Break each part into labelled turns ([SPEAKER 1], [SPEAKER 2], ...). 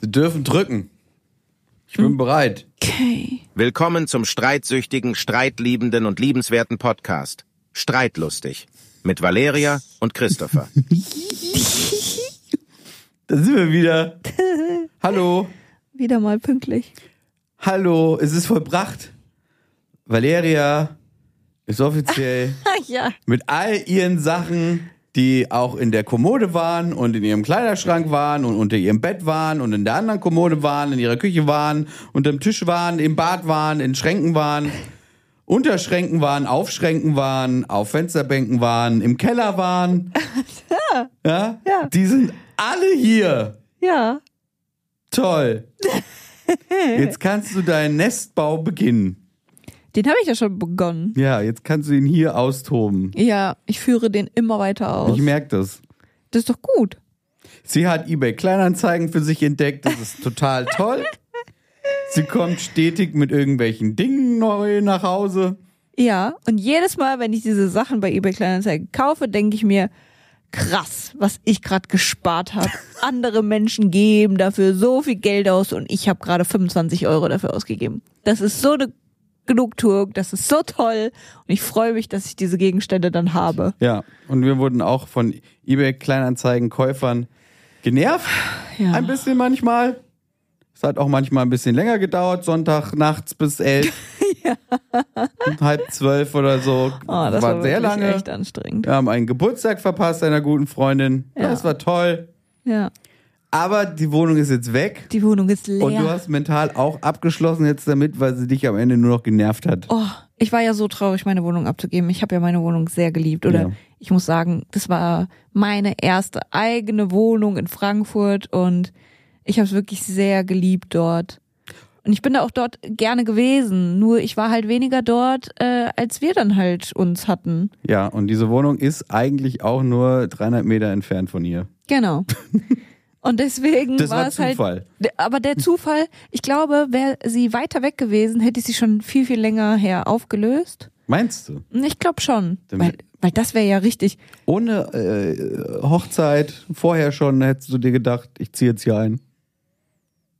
[SPEAKER 1] Sie dürfen drücken. Ich bin bereit.
[SPEAKER 2] Okay.
[SPEAKER 3] Willkommen zum streitsüchtigen, streitliebenden und liebenswerten Podcast. Streitlustig. Mit Valeria und Christopher.
[SPEAKER 1] Da sind wir wieder. Hallo.
[SPEAKER 2] Wieder mal pünktlich.
[SPEAKER 1] Hallo. Es ist vollbracht. Valeria ist offiziell
[SPEAKER 2] ja.
[SPEAKER 1] mit all ihren Sachen, die auch in der Kommode waren und in ihrem Kleiderschrank waren und unter ihrem Bett waren und in der anderen Kommode waren, in ihrer Küche waren, unterm Tisch waren, im Bad waren, in Schränken waren, unter Schränken waren, auf Schränken waren, auf Fensterbänken waren, im Keller waren. Ja?
[SPEAKER 2] Ja.
[SPEAKER 1] Die sind alle hier.
[SPEAKER 2] Ja.
[SPEAKER 1] Toll. Jetzt kannst du deinen Nestbau beginnen.
[SPEAKER 2] Den habe ich ja schon begonnen.
[SPEAKER 1] Ja, jetzt kannst du ihn hier austoben.
[SPEAKER 2] Ja, ich führe den immer weiter aus.
[SPEAKER 1] Ich merke das.
[SPEAKER 2] das ist doch gut.
[SPEAKER 1] Sie hat eBay Kleinanzeigen für sich entdeckt. Das ist total toll. Sie kommt stetig mit irgendwelchen Dingen neu nach Hause.
[SPEAKER 2] Ja, und jedes Mal, wenn ich diese Sachen bei eBay Kleinanzeigen kaufe, denke ich mir, krass, was ich gerade gespart habe. Andere Menschen geben dafür so viel Geld aus und ich habe gerade 25 Euro dafür ausgegeben. Das ist so eine Genugtuung, das ist so toll und ich freue mich, dass ich diese Gegenstände dann habe.
[SPEAKER 1] Ja, und wir wurden auch von eBay Kleinanzeigen Käufern genervt.
[SPEAKER 2] Ja.
[SPEAKER 1] Ein bisschen manchmal. Es hat auch manchmal ein bisschen länger gedauert, Sonntag nachts bis elf. Um Halb zwölf oder so.
[SPEAKER 2] Oh, das war,
[SPEAKER 1] war sehr
[SPEAKER 2] wirklich
[SPEAKER 1] lange.
[SPEAKER 2] echt anstrengend.
[SPEAKER 1] Wir haben einen Geburtstag verpasst einer guten Freundin.
[SPEAKER 2] Ja.
[SPEAKER 1] Das war toll.
[SPEAKER 2] Ja.
[SPEAKER 1] Aber die Wohnung ist jetzt weg.
[SPEAKER 2] Die Wohnung ist leer.
[SPEAKER 1] Und du hast mental auch abgeschlossen jetzt damit, weil sie dich am Ende nur noch genervt hat.
[SPEAKER 2] oh, ich war ja so traurig, meine Wohnung abzugeben. Ich habe ja meine Wohnung sehr geliebt. Oder
[SPEAKER 1] Ja.
[SPEAKER 2] ich muss sagen, das war meine erste eigene Wohnung in Frankfurt und ich habe es wirklich sehr geliebt dort. Und ich bin da auch dort gerne gewesen. Nur ich war halt weniger dort, äh, als wir dann halt uns hatten.
[SPEAKER 1] Ja, und diese Wohnung ist eigentlich auch nur 300 Meter entfernt von ihr.
[SPEAKER 2] Genau. Und deswegen
[SPEAKER 1] Das
[SPEAKER 2] war,
[SPEAKER 1] war
[SPEAKER 2] es halt.
[SPEAKER 1] Zufall.
[SPEAKER 2] D- Aber der Zufall, ich glaube, wäre sie weiter weg gewesen, hätte ich sie schon viel, viel länger her aufgelöst.
[SPEAKER 1] Meinst du?
[SPEAKER 2] Ich glaube schon.
[SPEAKER 1] Dann
[SPEAKER 2] Weil, weil das wäre ja richtig.
[SPEAKER 1] Ohne äh, Hochzeit, vorher schon, hättest du dir gedacht, ich ziehe jetzt hier ein.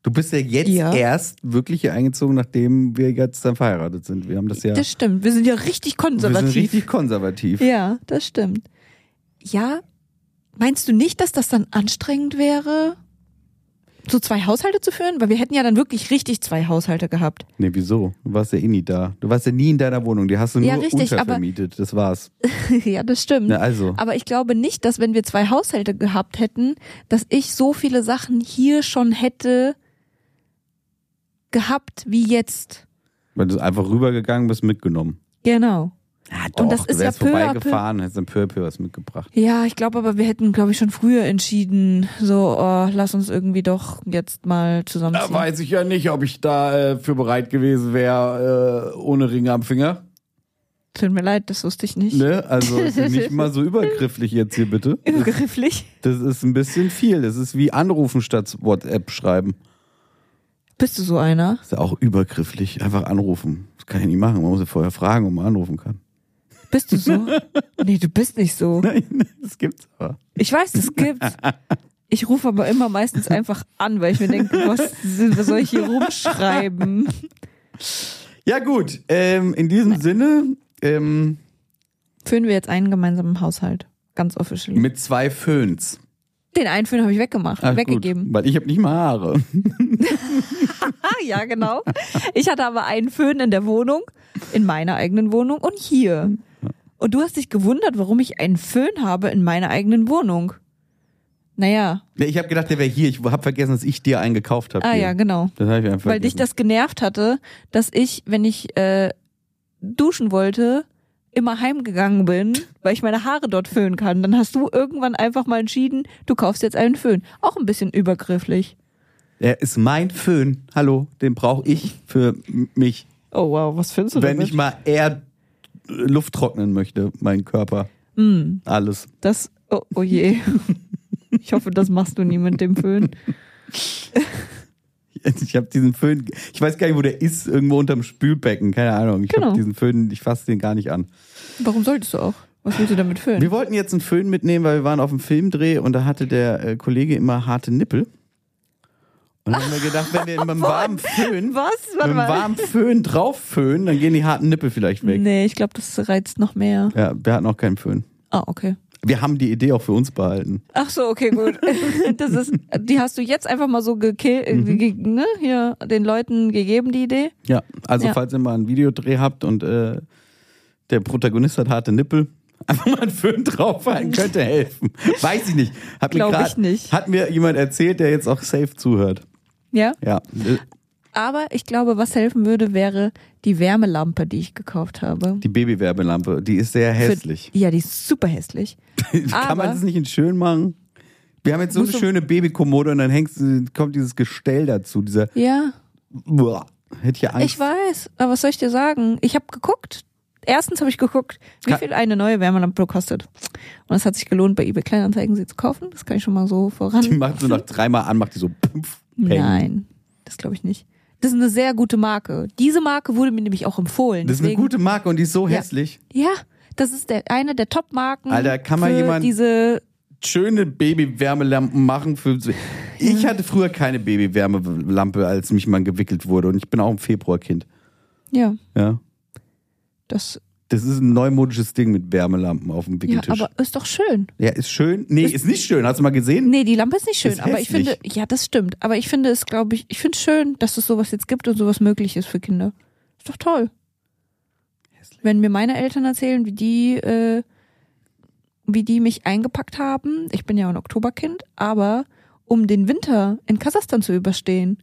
[SPEAKER 1] Du bist ja jetzt
[SPEAKER 2] Ja.
[SPEAKER 1] erst wirklich hier eingezogen, nachdem wir jetzt dann verheiratet sind. Wir haben das ja
[SPEAKER 2] Das stimmt. Wir sind ja richtig
[SPEAKER 1] Wir sind
[SPEAKER 2] konservativ.
[SPEAKER 1] richtig konservativ.
[SPEAKER 2] ja, das stimmt. Ja, meinst du nicht, dass das dann anstrengend wäre, so zwei Haushalte zu führen? Weil wir hätten ja dann wirklich richtig zwei Haushalte gehabt.
[SPEAKER 1] Nee, wieso? Du warst ja eh nie da. Du warst ja nie in deiner Wohnung. Die hast du nur
[SPEAKER 2] Ja, richtig, aber-
[SPEAKER 1] untervermietet. Das war's.
[SPEAKER 2] ja, das stimmt.
[SPEAKER 1] Na, also.
[SPEAKER 2] Aber ich glaube nicht, dass wenn wir zwei Haushalte gehabt hätten, dass ich so viele Sachen hier schon hätte gehabt wie jetzt.
[SPEAKER 1] Weil du einfach rübergegangen bist, mitgenommen.
[SPEAKER 2] Genau.
[SPEAKER 1] Ja,
[SPEAKER 2] Und das ist
[SPEAKER 1] Ah, du
[SPEAKER 2] ja
[SPEAKER 1] wärst
[SPEAKER 2] peu à peu-
[SPEAKER 1] vorbeigefahren, hättest dann peu à peu was mitgebracht.
[SPEAKER 2] Ja, ich glaube aber, wir hätten, glaube ich, schon früher entschieden, so, oh, lass uns irgendwie doch jetzt mal zusammenziehen.
[SPEAKER 1] ich ja nicht, ob ich da äh, für bereit gewesen wäre, ohne Ring am Finger.
[SPEAKER 2] Tut mir leid, das wusste ich nicht.
[SPEAKER 1] Ne? Also nicht mal so übergrifflich jetzt hier bitte.
[SPEAKER 2] Übergrifflich.
[SPEAKER 1] Das ist ein bisschen viel. Das ist wie anrufen statt WhatsApp schreiben.
[SPEAKER 2] Bist du so einer?
[SPEAKER 1] Das ist ja auch übergrifflich. Einfach anrufen. Das kann ich nicht machen. Man muss ja vorher fragen, ob man anrufen kann.
[SPEAKER 2] Bist du so? nee, du bist nicht so.
[SPEAKER 1] Nein, das gibt's aber.
[SPEAKER 2] Ich weiß, das gibt's. Ich rufe aber immer meistens einfach an, weil ich mir denke, was, was soll ich hier rumschreiben?
[SPEAKER 1] Ja gut, ähm, in diesem Sinne ähm,
[SPEAKER 2] Führen wir jetzt einen gemeinsamen Haushalt. Ganz official.
[SPEAKER 1] mit zwei Föhns.
[SPEAKER 2] Den einen Föhn habe ich weggemacht,
[SPEAKER 1] Ach,
[SPEAKER 2] weggegeben.
[SPEAKER 1] Gut, weil ich habe nicht mal Haare.
[SPEAKER 2] Ah, ja, genau. Ich hatte aber einen Föhn in der Wohnung, in meiner eigenen Wohnung und hier. Und du hast dich gewundert, warum ich einen Föhn habe in meiner eigenen Wohnung. Naja,
[SPEAKER 1] Nee, ich habe gedacht, der wäre hier. Ich habe vergessen, dass ich dir einen gekauft habe.
[SPEAKER 2] ah ja, genau.
[SPEAKER 1] Das habe ich einfach
[SPEAKER 2] Weil dich das genervt hatte, dass ich, wenn ich äh, duschen wollte, immer heimgegangen bin, weil ich meine Haare dort föhnen kann. Dann hast du irgendwann einfach mal entschieden, du kaufst jetzt einen Föhn. Auch ein bisschen übergrifflich.
[SPEAKER 1] Er ist mein Föhn. Hallo, den brauche ich für m- mich,
[SPEAKER 2] Oh wow, was findest du
[SPEAKER 1] wenn
[SPEAKER 2] damit?
[SPEAKER 1] ich mal eher äh, Luft trocknen möchte, meinen Körper,
[SPEAKER 2] Mm,
[SPEAKER 1] alles.
[SPEAKER 2] das, oh, oh je. Ich hoffe, das machst du nie mit dem Föhn.
[SPEAKER 1] Ich habe diesen Föhn, ich weiß gar nicht, wo der ist, irgendwo unterm Spülbecken, keine Ahnung. Ich
[SPEAKER 2] Genau.
[SPEAKER 1] habe diesen Föhn, ich fasse den gar nicht an.
[SPEAKER 2] Warum solltest du auch? Was willst du damit föhnen?
[SPEAKER 1] Wir wollten jetzt einen Föhn mitnehmen, weil wir waren auf dem Filmdreh und da hatte der äh, Kollege immer harte Nippel. Und dann haben wir gedacht, wenn wir mit einem warmen Föhn,
[SPEAKER 2] Was?
[SPEAKER 1] mit
[SPEAKER 2] Warte
[SPEAKER 1] einem
[SPEAKER 2] mal.
[SPEAKER 1] warmen Föhn drauf föhnen, dann gehen die harten Nippel vielleicht weg.
[SPEAKER 2] Nee, ich glaube, das reizt noch mehr.
[SPEAKER 1] Ja, wir hatten auch keinen Föhn.
[SPEAKER 2] Ah, okay.
[SPEAKER 1] Wir haben die Idee auch für uns behalten.
[SPEAKER 2] Ach so, okay, gut. Das ist, die hast du jetzt einfach mal so gekillt,
[SPEAKER 1] Mhm.
[SPEAKER 2] äh, ge, ne, hier den Leuten gegeben, die Idee.
[SPEAKER 1] Ja, also
[SPEAKER 2] Ja.
[SPEAKER 1] falls ihr mal einen Videodreh habt und äh, der Protagonist hat harte Nippel, einfach mal einen Föhn draufhalten, könnte helfen. Weiß ich nicht. Hat mir
[SPEAKER 2] Glaub
[SPEAKER 1] grad,
[SPEAKER 2] ich nicht.
[SPEAKER 1] Hat mir jemand erzählt, der jetzt auch safe zuhört.
[SPEAKER 2] Ja.
[SPEAKER 1] Ja, äh,
[SPEAKER 2] Aber ich glaube, was helfen würde, wäre die Wärmelampe, die ich gekauft habe.
[SPEAKER 1] die Babywerbelampe, die ist sehr
[SPEAKER 2] Für-
[SPEAKER 1] hässlich.
[SPEAKER 2] Ja, die ist super hässlich.
[SPEAKER 1] Kann man
[SPEAKER 2] aber-
[SPEAKER 1] das nicht in schön machen? Wir haben jetzt so eine
[SPEAKER 2] Musst du-
[SPEAKER 1] schöne Babykommode und dann hängst, du- kommt dieses Gestell dazu, dieser
[SPEAKER 2] Ja,
[SPEAKER 1] Boah, hätte ich Angst.
[SPEAKER 2] ich weiß. Aber was soll ich dir sagen? Ich habe geguckt. Erstens habe ich geguckt, wie
[SPEAKER 1] Ka-
[SPEAKER 2] viel eine neue Wärmelampe kostet. Und es hat sich gelohnt, bei eBay Kleinanzeigen sie zu kaufen. Das kann ich schon mal so voran.
[SPEAKER 1] die macht so nach dreimal an, macht die so pumpf, peng.
[SPEAKER 2] Nein, das glaube ich nicht. Das ist eine sehr gute Marke. Diese Marke wurde mir nämlich auch empfohlen.
[SPEAKER 1] Das ist eine
[SPEAKER 2] Deswegen,
[SPEAKER 1] gute Marke und die ist so
[SPEAKER 2] Ja.
[SPEAKER 1] hässlich.
[SPEAKER 2] Ja, das ist der, eine der Top-Marken.
[SPEAKER 1] Alter, kann mal
[SPEAKER 2] für
[SPEAKER 1] jemand-
[SPEAKER 2] Diese,
[SPEAKER 1] Schöne Babywärmelampen machen für. Ich hatte früher keine Babywärmelampe, als mich mal gewickelt wurde und ich bin auch ein Februarkind.
[SPEAKER 2] ja,
[SPEAKER 1] Ja.
[SPEAKER 2] das.
[SPEAKER 1] Das ist ein neumodisches Ding mit Wärmelampen auf dem
[SPEAKER 2] Ja,
[SPEAKER 1] Wickeltisch. Ja,
[SPEAKER 2] aber ist doch schön.
[SPEAKER 1] ist schön. Nee, ist nicht schön. Hast du mal gesehen?
[SPEAKER 2] Nee, die Lampe ist nicht schön,
[SPEAKER 1] Ist
[SPEAKER 2] aber ich
[SPEAKER 1] hässlich.
[SPEAKER 2] finde, ja, das stimmt. Aber ich finde es, glaube ich, ich finde es schön, dass es sowas jetzt gibt und sowas möglich ist für Kinder. Ist doch toll. Wenn mir meine Eltern erzählen, wie die, äh, wie die mich eingepackt haben, ich bin ja ein Oktoberkind, aber um den Winter in Kasachstan zu überstehen,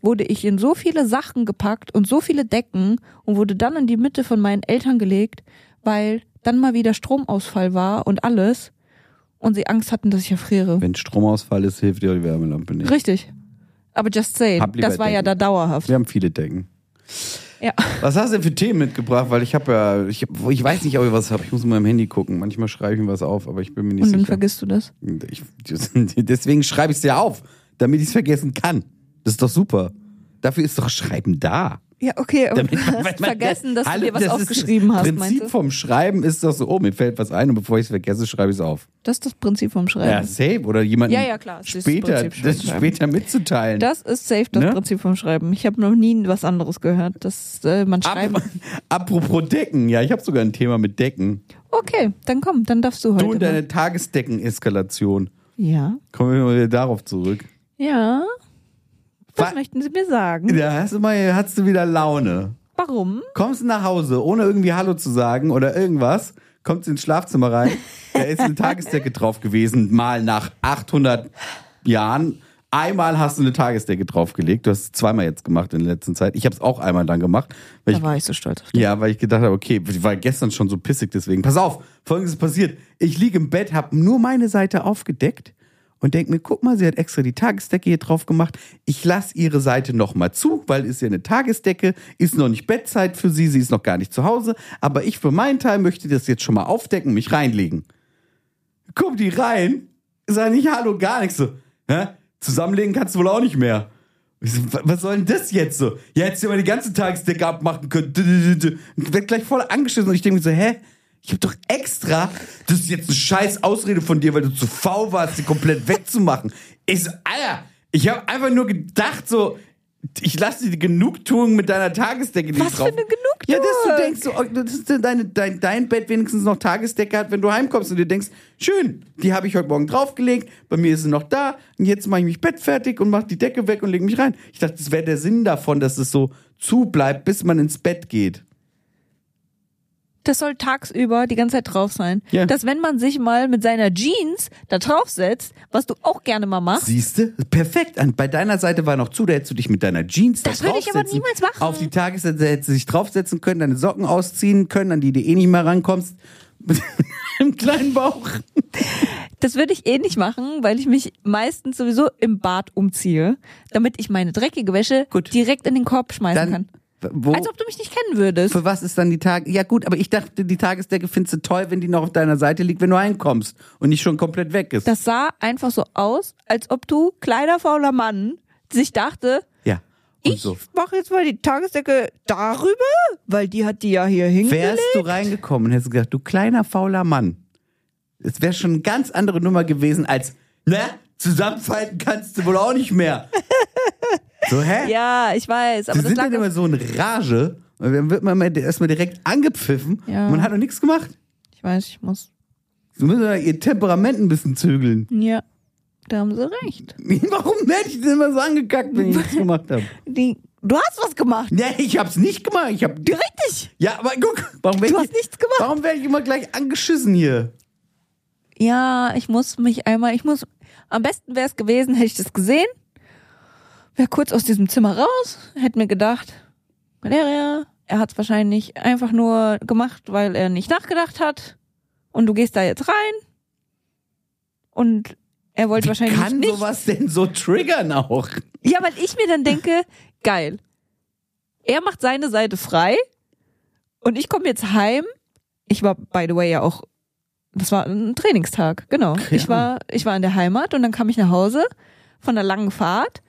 [SPEAKER 2] wurde ich in so viele Sachen gepackt und so viele Decken und wurde dann in die Mitte von meinen Eltern gelegt, weil dann mal wieder Stromausfall war und alles und sie Angst hatten, dass ich erfriere.
[SPEAKER 1] Wenn Stromausfall ist, hilft dir die Wärmelampe nicht.
[SPEAKER 2] Richtig. Aber just saying,
[SPEAKER 1] Hab lieber
[SPEAKER 2] das war ja
[SPEAKER 1] Decken.
[SPEAKER 2] da dauerhaft.
[SPEAKER 1] Wir haben viele Decken.
[SPEAKER 2] Ja.
[SPEAKER 1] Was hast du denn für Themen mitgebracht? Weil ich habe ja, ich, hab, ich weiß nicht, ob ich was habe. Ich muss in meinem Handy gucken. Manchmal schreibe ich mir was auf, aber ich bin mir nicht
[SPEAKER 2] Und dann
[SPEAKER 1] sicher.
[SPEAKER 2] vergisst du das.
[SPEAKER 1] Ich, deswegen schreibe ich es ja auf, damit ich es vergessen kann. Das ist doch super. Dafür ist doch Schreiben da.
[SPEAKER 2] Ja, okay, aber
[SPEAKER 1] Damit
[SPEAKER 2] du
[SPEAKER 1] man-
[SPEAKER 2] hast
[SPEAKER 1] man-
[SPEAKER 2] vergessen, dass
[SPEAKER 1] Hallo,
[SPEAKER 2] du dir was
[SPEAKER 1] das ist
[SPEAKER 2] aufgeschrieben
[SPEAKER 1] das
[SPEAKER 2] hast,
[SPEAKER 1] Prinzip
[SPEAKER 2] meinst du?
[SPEAKER 1] vom Schreiben ist doch so, oh, mir fällt was ein und bevor ich es vergesse, schreibe ich es auf.
[SPEAKER 2] Das ist das Prinzip vom Schreiben.
[SPEAKER 1] Ja, safe. Oder jemanden
[SPEAKER 2] Ja, ja, klar, es ist das
[SPEAKER 1] später,
[SPEAKER 2] Prinzip
[SPEAKER 1] das
[SPEAKER 2] Schreiben.
[SPEAKER 1] später mitzuteilen.
[SPEAKER 2] Das ist safe das
[SPEAKER 1] Ne?
[SPEAKER 2] Prinzip vom Schreiben. Ich habe noch nie was anderes gehört, dass äh, man
[SPEAKER 1] Ap
[SPEAKER 2] schreiben.
[SPEAKER 1] apropos Decken, ja, ich habe sogar ein Thema mit Decken.
[SPEAKER 2] Okay, dann komm, dann darfst du heute. ne?
[SPEAKER 1] Du und
[SPEAKER 2] mal.
[SPEAKER 1] deine Tagesdecken-Eskalation.
[SPEAKER 2] ja.
[SPEAKER 1] Kommen wir mal wieder darauf zurück.
[SPEAKER 2] Ja. Was
[SPEAKER 1] Wa-
[SPEAKER 2] möchten Sie mir sagen?
[SPEAKER 1] Da hast du mal, hast du wieder Laune.
[SPEAKER 2] Warum?
[SPEAKER 1] kommst nach Hause, ohne irgendwie Hallo zu sagen oder irgendwas, kommst ins Schlafzimmer rein, da ist eine Tagesdecke drauf gewesen, mal nach 800 Jahren. Einmal hast du eine Tagesdecke draufgelegt, du hast es zweimal jetzt gemacht in der letzten Zeit. Ich habe es auch einmal dann gemacht, weil ich
[SPEAKER 2] Da war ich so stolz auf dich.
[SPEAKER 1] ja, weil ich gedacht habe, okay, ich war gestern schon so pissig deswegen. Pass auf, folgendes ist passiert. Ich liege im Bett, habe nur meine Seite aufgedeckt und denke mir, guck mal, sie hat extra die Tagesdecke hier drauf gemacht. Ich lasse ihre Seite nochmal zu, weil ist ja eine Tagesdecke, ist noch nicht Bettzeit für sie, sie ist noch gar nicht zu Hause. Aber ich für meinen Teil möchte das jetzt schon mal aufdecken, mich reinlegen. Kommt die rein, sag nicht Hallo, gar nichts so. Hä? Zusammenlegen kannst du wohl auch nicht mehr. Ich so, wa- Was soll denn das jetzt so? Ja, hättest du mal die ganze Tagesdecke abmachen können. Du, du, du, du. Ich werd gleich voll angeschissen und ich denke mir so, hä? Ich hab doch extra, das ist jetzt eine scheiß Ausrede von dir, weil du zu faul warst, sie komplett wegzumachen. Ich so, Alter, ich habe einfach nur gedacht so, ich lasse dir Genugtuung mit deiner Tagesdecke nicht
[SPEAKER 2] Was für
[SPEAKER 1] drauf.
[SPEAKER 2] eine
[SPEAKER 1] Ja, dass du
[SPEAKER 2] Genugtuung?
[SPEAKER 1] denkst, so, oh, das ist denn deine, dein, dein Bett wenigstens noch Tagesdecke hat, wenn du heimkommst und dir denkst, schön, die habe ich heute Morgen draufgelegt, bei mir ist sie noch da und jetzt mache ich mich Bett fertig und mache die Decke weg und lege mich rein. Ich dachte, das wäre der Sinn davon, dass es so zu bleibt, bis man ins Bett geht.
[SPEAKER 2] Das soll tagsüber die ganze Zeit drauf sein.
[SPEAKER 1] Ja.
[SPEAKER 2] Dass wenn man sich mal mit seiner Jeans da draufsetzt, was du auch gerne mal machst,
[SPEAKER 1] Siehste, perfekt. An, bei deiner Seite war noch zu, da hättest du dich mit deiner Jeans
[SPEAKER 2] Das
[SPEAKER 1] da
[SPEAKER 2] würde ich aber
[SPEAKER 1] draufsetzen.
[SPEAKER 2] niemals machen.
[SPEAKER 1] Auf die Tagesseite hättest du dich draufsetzen können, deine Socken ausziehen können, an die du eh nicht mehr rankommst. Mit einem kleinen Bauch.
[SPEAKER 2] Das würde ich eh nicht machen, weil ich mich meistens sowieso im Bad umziehe, damit ich meine dreckige Wäsche
[SPEAKER 1] Gut.
[SPEAKER 2] direkt in den Korb schmeißen
[SPEAKER 1] Dann,
[SPEAKER 2] kann.
[SPEAKER 1] wo,
[SPEAKER 2] Als ob du mich nicht kennen würdest.
[SPEAKER 1] Für was ist dann die Tag? Ja gut, aber ich dachte, die Tagesdecke findest du toll, wenn die noch auf deiner Seite liegt, wenn du einkommst und nicht schon komplett weg ist.
[SPEAKER 2] Das sah einfach so aus, als ob du, kleiner fauler Mann, sich dachte,
[SPEAKER 1] ja. Und
[SPEAKER 2] ich mache jetzt mal die Tagesdecke darüber, weil die hat die ja hier hingelegt.
[SPEAKER 1] Wärst du reingekommen und hättest gesagt, du kleiner fauler Mann. Es wäre schon eine ganz andere Nummer gewesen als, ne? Zusammenfalten kannst du wohl auch nicht mehr. So, hä?
[SPEAKER 2] Ja, ich weiß. Aber
[SPEAKER 1] Die
[SPEAKER 2] das
[SPEAKER 1] sind
[SPEAKER 2] lag
[SPEAKER 1] dann immer so in Rage. Und dann wird man immer erstmal direkt angepfiffen.
[SPEAKER 2] Ja.
[SPEAKER 1] Und man hat noch nichts gemacht.
[SPEAKER 2] Ich weiß, ich muss.
[SPEAKER 1] Sie müssen ja ihr Temperament ein bisschen zügeln.
[SPEAKER 2] Ja, da haben sie recht.
[SPEAKER 1] Warum werde ich denn immer so angekackt, wenn ich nichts gemacht habe?
[SPEAKER 2] Die, du hast was gemacht.
[SPEAKER 1] Nee, ich hab's nicht gemacht. Ich hab direkt.
[SPEAKER 2] Richtig.
[SPEAKER 1] Ja, aber guck, warum werd
[SPEAKER 2] Du
[SPEAKER 1] ich,
[SPEAKER 2] hast nichts gemacht.
[SPEAKER 1] Warum werde ich immer gleich angeschissen hier?
[SPEAKER 2] Ja, ich muss mich einmal, ich muss, am besten wäre es gewesen, hätte ich das gesehen, wäre kurz aus diesem Zimmer raus, hätte mir gedacht, Valeria, er hat es wahrscheinlich einfach nur gemacht, weil er nicht nachgedacht hat und du gehst da jetzt rein und er wollte
[SPEAKER 1] Wie
[SPEAKER 2] wahrscheinlich
[SPEAKER 1] kann
[SPEAKER 2] nicht.
[SPEAKER 1] sowas denn so triggern auch?
[SPEAKER 2] Ja, weil ich mir dann denke, geil. Er macht seine Seite frei und ich komme jetzt heim. Ich war, by the way, ja auch, das war ein Trainingstag, genau. Ich war, ich war in der Heimat und dann kam ich nach Hause von einer langen Fahrt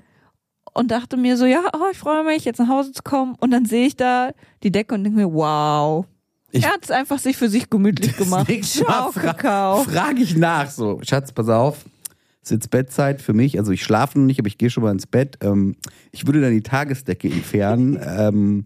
[SPEAKER 2] und dachte mir so, ja, oh, ich freue mich, jetzt nach Hause zu kommen. Und dann sehe ich da die Decke und denke mir, wow.
[SPEAKER 1] Ich-
[SPEAKER 2] er hat es einfach sich für sich gemütlich gemacht.
[SPEAKER 1] Nächstes Mal
[SPEAKER 2] Ciao, Kakao.
[SPEAKER 1] frage ich nach. So, Schatz, pass auf. Es ist jetzt Bettzeit für mich. Also ich schlafe noch nicht, aber ich gehe schon mal ins Bett. Ähm, ich würde dann die Tagesdecke entfernen. ähm,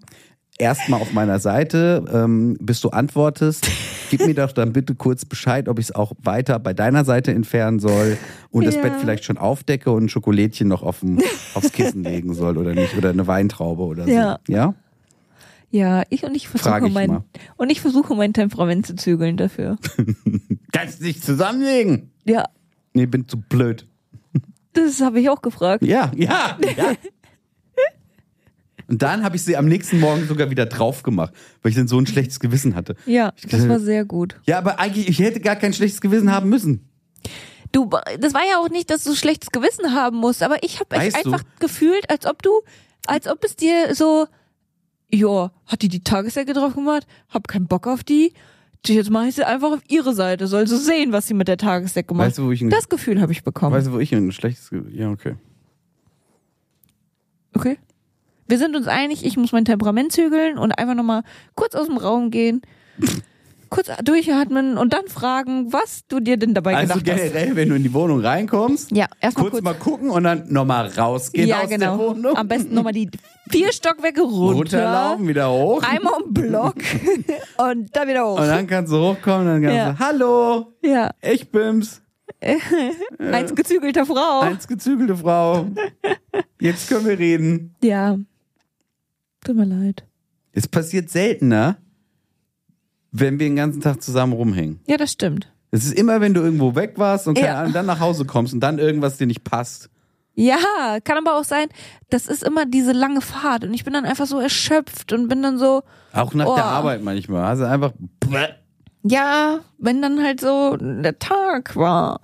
[SPEAKER 1] Erstmal auf meiner Seite, ähm, bis du antwortest. Gib mir doch dann bitte kurz Bescheid, ob ich es auch weiter bei deiner Seite entfernen soll und das
[SPEAKER 2] Ja.
[SPEAKER 1] Bett vielleicht schon aufdecke und ein Schokolädchen noch aufm, aufs Kissen legen soll oder nicht. Oder eine Weintraube oder so.
[SPEAKER 2] Ja.
[SPEAKER 1] ja?
[SPEAKER 2] Ja, ich und ich
[SPEAKER 1] Frag
[SPEAKER 2] versuche
[SPEAKER 1] ich mal.
[SPEAKER 2] mein, und ich versuche mein Temperament zu zügeln dafür.
[SPEAKER 1] Kannst nicht zusammenlegen.
[SPEAKER 2] Ja,
[SPEAKER 1] Nee, bin zu blöd.
[SPEAKER 2] Das habe ich auch gefragt.
[SPEAKER 1] Ja, ja, ja. Und dann habe ich sie am nächsten Morgen sogar wieder drauf gemacht, weil ich dann so ein schlechtes Gewissen hatte.
[SPEAKER 2] Ja,
[SPEAKER 1] Ich-
[SPEAKER 2] das war sehr gut.
[SPEAKER 1] Ja, aber eigentlich, ich hätte gar kein schlechtes Gewissen haben müssen.
[SPEAKER 2] Du, das war ja auch nicht, dass du schlechtes Gewissen haben musst, aber ich habe
[SPEAKER 1] Weißt du?
[SPEAKER 2] einfach gefühlt, als ob du, als ob es dir so, ja, hat die die Tagesecke drauf gemacht, hab keinen Bock auf die, die- jetzt mache ich sie einfach auf ihre Seite, soll so sehen, was sie mit der Tagesecke macht.
[SPEAKER 1] Weißt du, wo ich ein-
[SPEAKER 2] das Gefühl habe ich bekommen.
[SPEAKER 1] Weißt du, wo ich ein schlechtes Gewissen... Ja, okay.
[SPEAKER 2] okay. Wir sind uns einig, ich muss mein Temperament zügeln und einfach nochmal kurz aus dem Raum gehen, kurz durchatmen und dann fragen, was du dir denn dabei
[SPEAKER 1] Also
[SPEAKER 2] gedacht hast.
[SPEAKER 1] generell, wenn du in die Wohnung reinkommst,
[SPEAKER 2] Ja, erstmal
[SPEAKER 1] kurz,
[SPEAKER 2] kurz
[SPEAKER 1] mal gucken und dann nochmal rausgehen
[SPEAKER 2] ja,
[SPEAKER 1] aus
[SPEAKER 2] genau.
[SPEAKER 1] der Wohnung.
[SPEAKER 2] Am besten nochmal die vier Stockwerke runter.
[SPEAKER 1] Runterlaufen, wieder hoch.
[SPEAKER 2] Einmal um Block und dann wieder hoch.
[SPEAKER 1] Und dann kannst du hochkommen und dann kannst
[SPEAKER 2] Ja.
[SPEAKER 1] du... Hallo,
[SPEAKER 2] ja,
[SPEAKER 1] ich bin's.
[SPEAKER 2] als gezügelter Frau.
[SPEAKER 1] Eins gezügelte Frau. Jetzt können wir reden.
[SPEAKER 2] ja. Tut mir leid.
[SPEAKER 1] Es passiert seltener, wenn wir den ganzen Tag zusammen rumhängen.
[SPEAKER 2] Ja, das stimmt.
[SPEAKER 1] Es ist immer, wenn du irgendwo weg warst und keine
[SPEAKER 2] Ja.
[SPEAKER 1] Ahnung, dann nach Hause kommst und dann irgendwas dir nicht passt.
[SPEAKER 2] Ja, kann aber auch sein, das ist immer diese lange Fahrt und ich bin dann einfach so erschöpft und bin dann so,
[SPEAKER 1] Auch nach
[SPEAKER 2] Oh.
[SPEAKER 1] der Arbeit manchmal. Also einfach,
[SPEAKER 2] ja, wenn dann halt so der Tag war.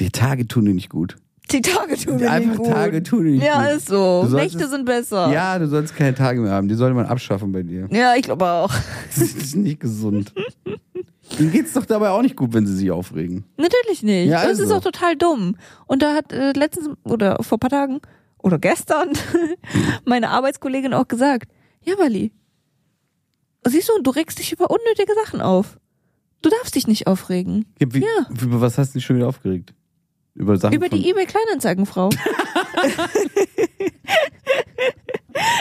[SPEAKER 1] die Tage tun dir nicht gut.
[SPEAKER 2] Die Tage tun mir
[SPEAKER 1] Einfach
[SPEAKER 2] nicht gut.
[SPEAKER 1] Tage tun dir nicht
[SPEAKER 2] ja,
[SPEAKER 1] gut.
[SPEAKER 2] ist so.
[SPEAKER 1] Du solltest-
[SPEAKER 2] Nächte sind besser.
[SPEAKER 1] Ja, du sollst keine Tage mehr haben. Die sollte man abschaffen bei dir.
[SPEAKER 2] ja ich glaube auch.
[SPEAKER 1] Das ist nicht gesund. Ihnen geht's doch dabei auch nicht gut, wenn sie sich aufregen.
[SPEAKER 2] Natürlich nicht.
[SPEAKER 1] Ja,
[SPEAKER 2] das
[SPEAKER 1] also.
[SPEAKER 2] ist auch total dumm. Und da hat äh, letztens oder vor ein paar Tagen oder gestern meine Arbeitskollegin auch gesagt, ja, Wally, siehst du, du regst dich über unnötige Sachen auf. Du darfst dich nicht aufregen.
[SPEAKER 1] Ja, wie,
[SPEAKER 2] Ja.
[SPEAKER 1] Über was hast du dich schon wieder aufgeregt? Über Sachen
[SPEAKER 2] Über
[SPEAKER 1] von,
[SPEAKER 2] die eBay-Kleinanzeigenfrau.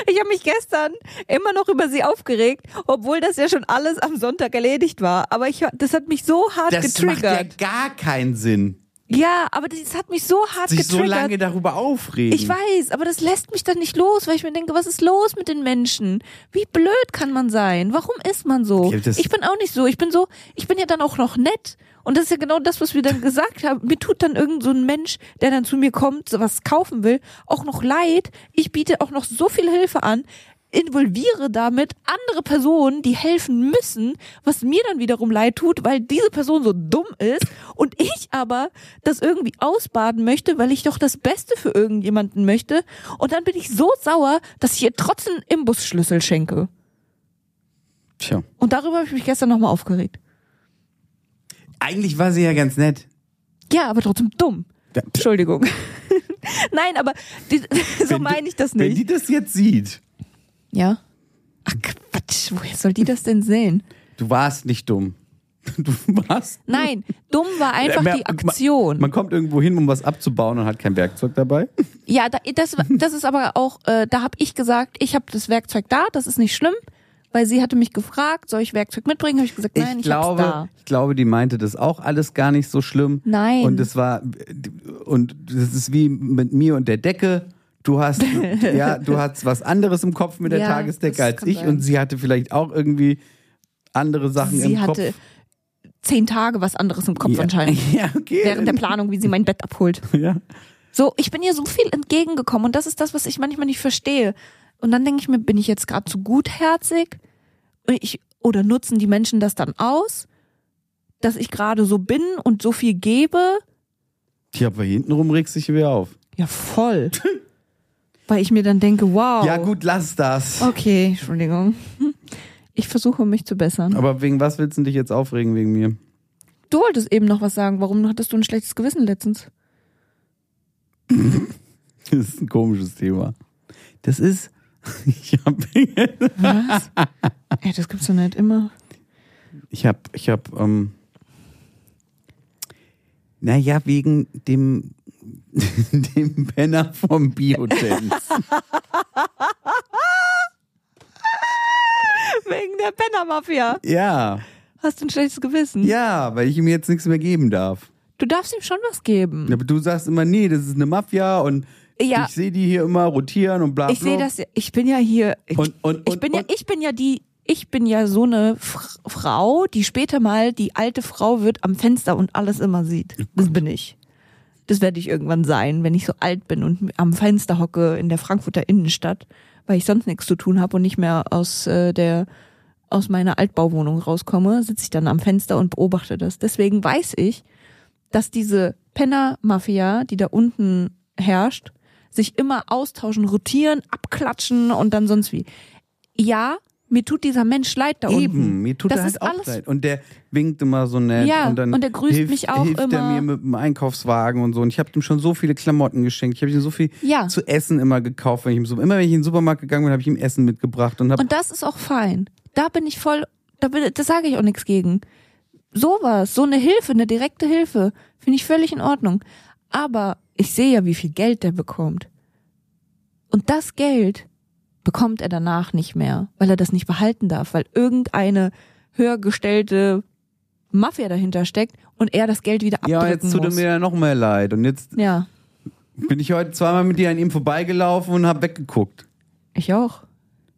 [SPEAKER 2] ich habe mich gestern immer noch über sie aufgeregt, obwohl das ja schon alles am Sonntag erledigt war. Aber ich, das hat mich so hart
[SPEAKER 1] Das macht ja
[SPEAKER 2] getriggert.
[SPEAKER 1] gar keinen Sinn,
[SPEAKER 2] Ja, aber das hat mich so hart
[SPEAKER 1] sich so
[SPEAKER 2] getriggert.
[SPEAKER 1] lange darüber aufregen.
[SPEAKER 2] Ich weiß, aber das lässt mich dann nicht los, weil ich mir denke, was ist los mit den Menschen? Wie blöd kann man sein? Warum ist man so?
[SPEAKER 1] Ja, das-
[SPEAKER 2] Oh, ich bin auch nicht so. Ich bin so, ich bin ja dann auch noch nett. Und das ist ja genau das, was wir dann gesagt haben. Mir tut dann irgend so ein Mensch, der dann zu mir kommt, so was kaufen will, auch noch leid. Ich biete auch noch so viel Hilfe an. Involviere damit andere Personen, die helfen müssen, was mir dann wiederum leid tut, weil diese Person so dumm ist und ich aber das irgendwie ausbaden möchte, weil ich doch das Beste für irgendjemanden möchte. Und dann bin ich so sauer, dass ich ihr trotzdem einen Imbusschlüssel schenke.
[SPEAKER 1] Tja.
[SPEAKER 2] Und darüber habe ich mich gestern nochmal aufgeregt.
[SPEAKER 1] Eigentlich war sie ja ganz nett.
[SPEAKER 2] Ja, aber trotzdem dumm.
[SPEAKER 1] Ja, pff,
[SPEAKER 2] Entschuldigung. Nein, aber die, so
[SPEAKER 1] wenn
[SPEAKER 2] meine
[SPEAKER 1] du-
[SPEAKER 2] ich das
[SPEAKER 1] Wenn
[SPEAKER 2] nicht.
[SPEAKER 1] die das jetzt sieht,
[SPEAKER 2] Ja. Ach Quatsch, woher soll die das denn sehen?
[SPEAKER 1] du warst nicht dumm. Du was?
[SPEAKER 2] Nein, dumm war einfach
[SPEAKER 1] Mehr-
[SPEAKER 2] die Aktion.
[SPEAKER 1] Man, man kommt irgendwo hin, um was abzubauen und hat kein Werkzeug dabei.
[SPEAKER 2] Ja, da, das, das ist aber auch, äh, da habe ich gesagt, ich habe das Werkzeug da, das ist nicht schlimm, weil sie hatte mich gefragt, soll ich Werkzeug mitbringen? Habe ich gesagt, nein, ich,
[SPEAKER 1] glaube,
[SPEAKER 2] hab's da.
[SPEAKER 1] ich glaube, die meinte das auch alles gar nicht so schlimm.
[SPEAKER 2] Nein.
[SPEAKER 1] Und es war und das ist wie mit mir und der Decke. Du hast ja, du hast was anderes im Kopf mit der
[SPEAKER 2] Ja,
[SPEAKER 1] Tagesdecke
[SPEAKER 2] das
[SPEAKER 1] als
[SPEAKER 2] kann
[SPEAKER 1] ich
[SPEAKER 2] sein.
[SPEAKER 1] und sie hatte vielleicht auch irgendwie andere Sachen
[SPEAKER 2] Sie
[SPEAKER 1] im
[SPEAKER 2] hatte
[SPEAKER 1] Kopf.
[SPEAKER 2] zehn Tage was anderes im Kopf
[SPEAKER 1] ja.
[SPEAKER 2] anscheinend.
[SPEAKER 1] Ja, okay.
[SPEAKER 2] Während der Planung, wie sie mein Bett abholt.
[SPEAKER 1] ja.
[SPEAKER 2] So, ich bin ihr so viel entgegengekommen und das ist das, was ich manchmal nicht verstehe. Und dann denke ich mir, bin ich jetzt gerade zu gutherzig? Und Ich, oder nutzen die Menschen das dann aus, dass ich gerade so bin und so viel gebe?
[SPEAKER 1] Ja, aber hintenrum regst du dich wieder auf.
[SPEAKER 2] Ja, voll. Weil ich mir dann denke, wow.
[SPEAKER 1] Ja, gut, lass das.
[SPEAKER 2] Okay, Entschuldigung. Ich versuche mich zu bessern.
[SPEAKER 1] Aber wegen was willst du dich jetzt aufregen wegen mir?
[SPEAKER 2] Du wolltest eben noch was sagen. Warum hattest du ein schlechtes Gewissen letztens?
[SPEAKER 1] Das ist ein komisches Thema. Das ist ich habe
[SPEAKER 2] Was? Ey, das gibt's doch nicht immer.
[SPEAKER 1] Ich hab, ich hab, ähm, naja, wegen dem, dem Penner vom Biotenz.
[SPEAKER 2] Wegen der Penner-Mafia.
[SPEAKER 1] ja,
[SPEAKER 2] Hast du ein schlechtes Gewissen?
[SPEAKER 1] ja, weil ich ihm jetzt nichts mehr geben darf.
[SPEAKER 2] Du darfst ihm schon was geben.
[SPEAKER 1] Aber du sagst immer, nee, das ist eine Mafia und
[SPEAKER 2] Ja.
[SPEAKER 1] ich sehe die hier immer rotieren und bla bla.
[SPEAKER 2] Ich sehe das, ja- ich bin ja hier, ich,
[SPEAKER 1] Und- und-
[SPEAKER 2] ich bin
[SPEAKER 1] und-
[SPEAKER 2] ja, ich bin ja die, ich bin ja so eine Fr Frau, die später mal die alte Frau wird am Fenster und alles immer sieht. Das bin ich. Das werde ich irgendwann sein, wenn ich so alt bin und am Fenster hocke in der Frankfurter Innenstadt, weil ich sonst nichts zu tun habe und nicht mehr aus äh, der aus meiner Altbauwohnung rauskomme, sitze ich dann am Fenster und beobachte das. Deswegen weiß ich, dass diese Penner-Mafia, die da unten herrscht, sich immer austauschen, rotieren, abklatschen und dann sonst wie. Ja, mir tut dieser Mensch leid da unten.
[SPEAKER 1] Eben, mir tut
[SPEAKER 2] das
[SPEAKER 1] er
[SPEAKER 2] ist
[SPEAKER 1] halt auch
[SPEAKER 2] alles,
[SPEAKER 1] leid. Und der winkt immer so nett.
[SPEAKER 2] Ja,
[SPEAKER 1] und, dann
[SPEAKER 2] und der grüßt
[SPEAKER 1] hilft,
[SPEAKER 2] mich auch
[SPEAKER 1] hilft
[SPEAKER 2] immer.
[SPEAKER 1] er mir mit dem Einkaufswagen und so. Und ich habe ihm schon so viele Klamotten geschenkt. Ich habe ihm so viel
[SPEAKER 2] Ja.
[SPEAKER 1] zu essen immer gekauft. Wenn ich im, Sup- immer wenn ich in den Supermarkt gegangen bin, habe ich ihm Essen mitgebracht. Und, hab,
[SPEAKER 2] Und das ist auch fein. Da bin ich voll, da, bin, da sage ich auch nichts gegen. Sowas, so eine Hilfe, eine direkte Hilfe, finde ich völlig in Ordnung. Aber ich sehe ja, wie viel Geld der bekommt. Und das Geld bekommt er danach nicht mehr, weil er das nicht behalten darf, weil irgendeine höher gestellte Mafia dahinter steckt und er das Geld wieder abdrücken
[SPEAKER 1] ja, jetzt tut er
[SPEAKER 2] muss.
[SPEAKER 1] mir ja noch mehr leid. Und jetzt
[SPEAKER 2] ja,
[SPEAKER 1] bin ich heute zweimal mit dir an ihm vorbeigelaufen und habe weggeguckt.
[SPEAKER 2] ich auch.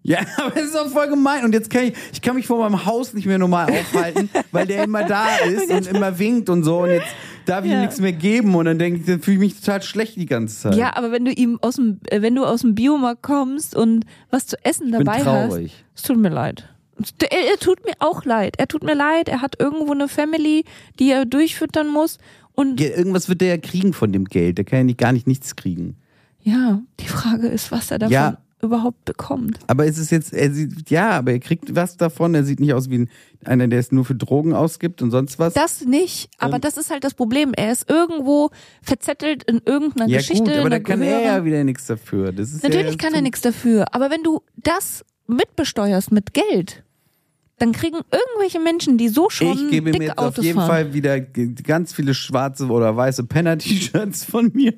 [SPEAKER 1] Ja, aber das ist doch voll gemein. Und jetzt kann ich, ich kann mich vor meinem Haus nicht mehr normal aufhalten, weil der immer da ist und immer winkt und so. Und jetzt darf ich
[SPEAKER 2] Oh Ja.
[SPEAKER 1] ihm nichts mehr geben. Und dann denke ich, dann fühle ich mich total schlecht die ganze Zeit.
[SPEAKER 2] Ja, aber wenn du ihm aus dem, äh, wenn du aus dem Biomarkt kommst und was zu essen
[SPEAKER 1] bin
[SPEAKER 2] dabei
[SPEAKER 1] traurig.
[SPEAKER 2] hast, es tut mir leid. Es- Er, er tut mir auch leid. Er tut mir leid. Er hat irgendwo eine Family, die er durchfüttern muss. Und
[SPEAKER 1] Ja, irgendwas wird der ja kriegen von dem Geld. Der kann ja nicht, gar nicht nichts kriegen.
[SPEAKER 2] ja, die Frage ist, was er davon
[SPEAKER 1] Ja.
[SPEAKER 2] überhaupt bekommt.
[SPEAKER 1] Aber ist es ist jetzt, er sieht, ja, aber er kriegt was davon. Er sieht nicht aus wie ein, einer, der es nur für Drogen ausgibt und sonst was.
[SPEAKER 2] Das nicht, aber das ist halt das Problem. Er ist irgendwo verzettelt in irgendeiner
[SPEAKER 1] ja,
[SPEAKER 2] Geschichte.
[SPEAKER 1] gut, aber da
[SPEAKER 2] einer
[SPEAKER 1] kann er
[SPEAKER 2] höheren-
[SPEAKER 1] ja wieder nichts dafür. Das ist
[SPEAKER 2] Natürlich
[SPEAKER 1] ja,
[SPEAKER 2] kann er nichts dafür, aber wenn du das mitbesteuerst mit Geld, dann kriegen irgendwelche Menschen, die so schon
[SPEAKER 1] Ich gebe ihm
[SPEAKER 2] dicke
[SPEAKER 1] jetzt
[SPEAKER 2] Autos
[SPEAKER 1] auf jeden
[SPEAKER 2] fahren.
[SPEAKER 1] Fall wieder g- ganz viele schwarze oder weiße Penner-T-Shirts von mir,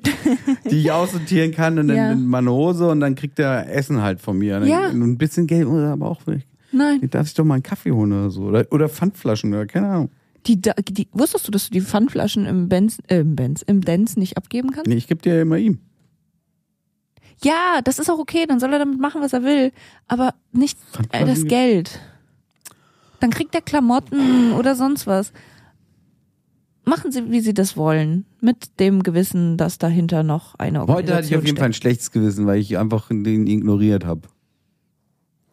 [SPEAKER 1] die ich aussortieren kann und dann
[SPEAKER 2] Ja.
[SPEAKER 1] in meine Hose und dann kriegt er Essen halt von mir. Und dann-
[SPEAKER 2] Ja.
[SPEAKER 1] Und ein bisschen Geld, oder aber auch nicht.
[SPEAKER 2] Nein,
[SPEAKER 1] Darf ich doch mal einen Kaffee holen oder so. Oder, oder Pfandflaschen oder keine Ahnung.
[SPEAKER 2] die, da- die, wusstest du, dass du die Pfandflaschen im Benz, äh, im Benz, im Dance nicht abgeben kannst?
[SPEAKER 1] Nee, ich gebe dir ja immer ihm.
[SPEAKER 2] Ja, das ist auch okay, dann soll er damit machen, was er will, aber nicht äh,
[SPEAKER 1] Pfandflaschen
[SPEAKER 2] das
[SPEAKER 1] gibt's.
[SPEAKER 2] Geld. Dann kriegt er Klamotten oder sonst was. Machen Sie, wie Sie das wollen, mit dem Gewissen, dass dahinter noch eine
[SPEAKER 1] Heute
[SPEAKER 2] Organisation
[SPEAKER 1] hatte ich auf jeden
[SPEAKER 2] steckt.
[SPEAKER 1] Fall ein schlechtes Gewissen, weil ich einfach den ignoriert habe.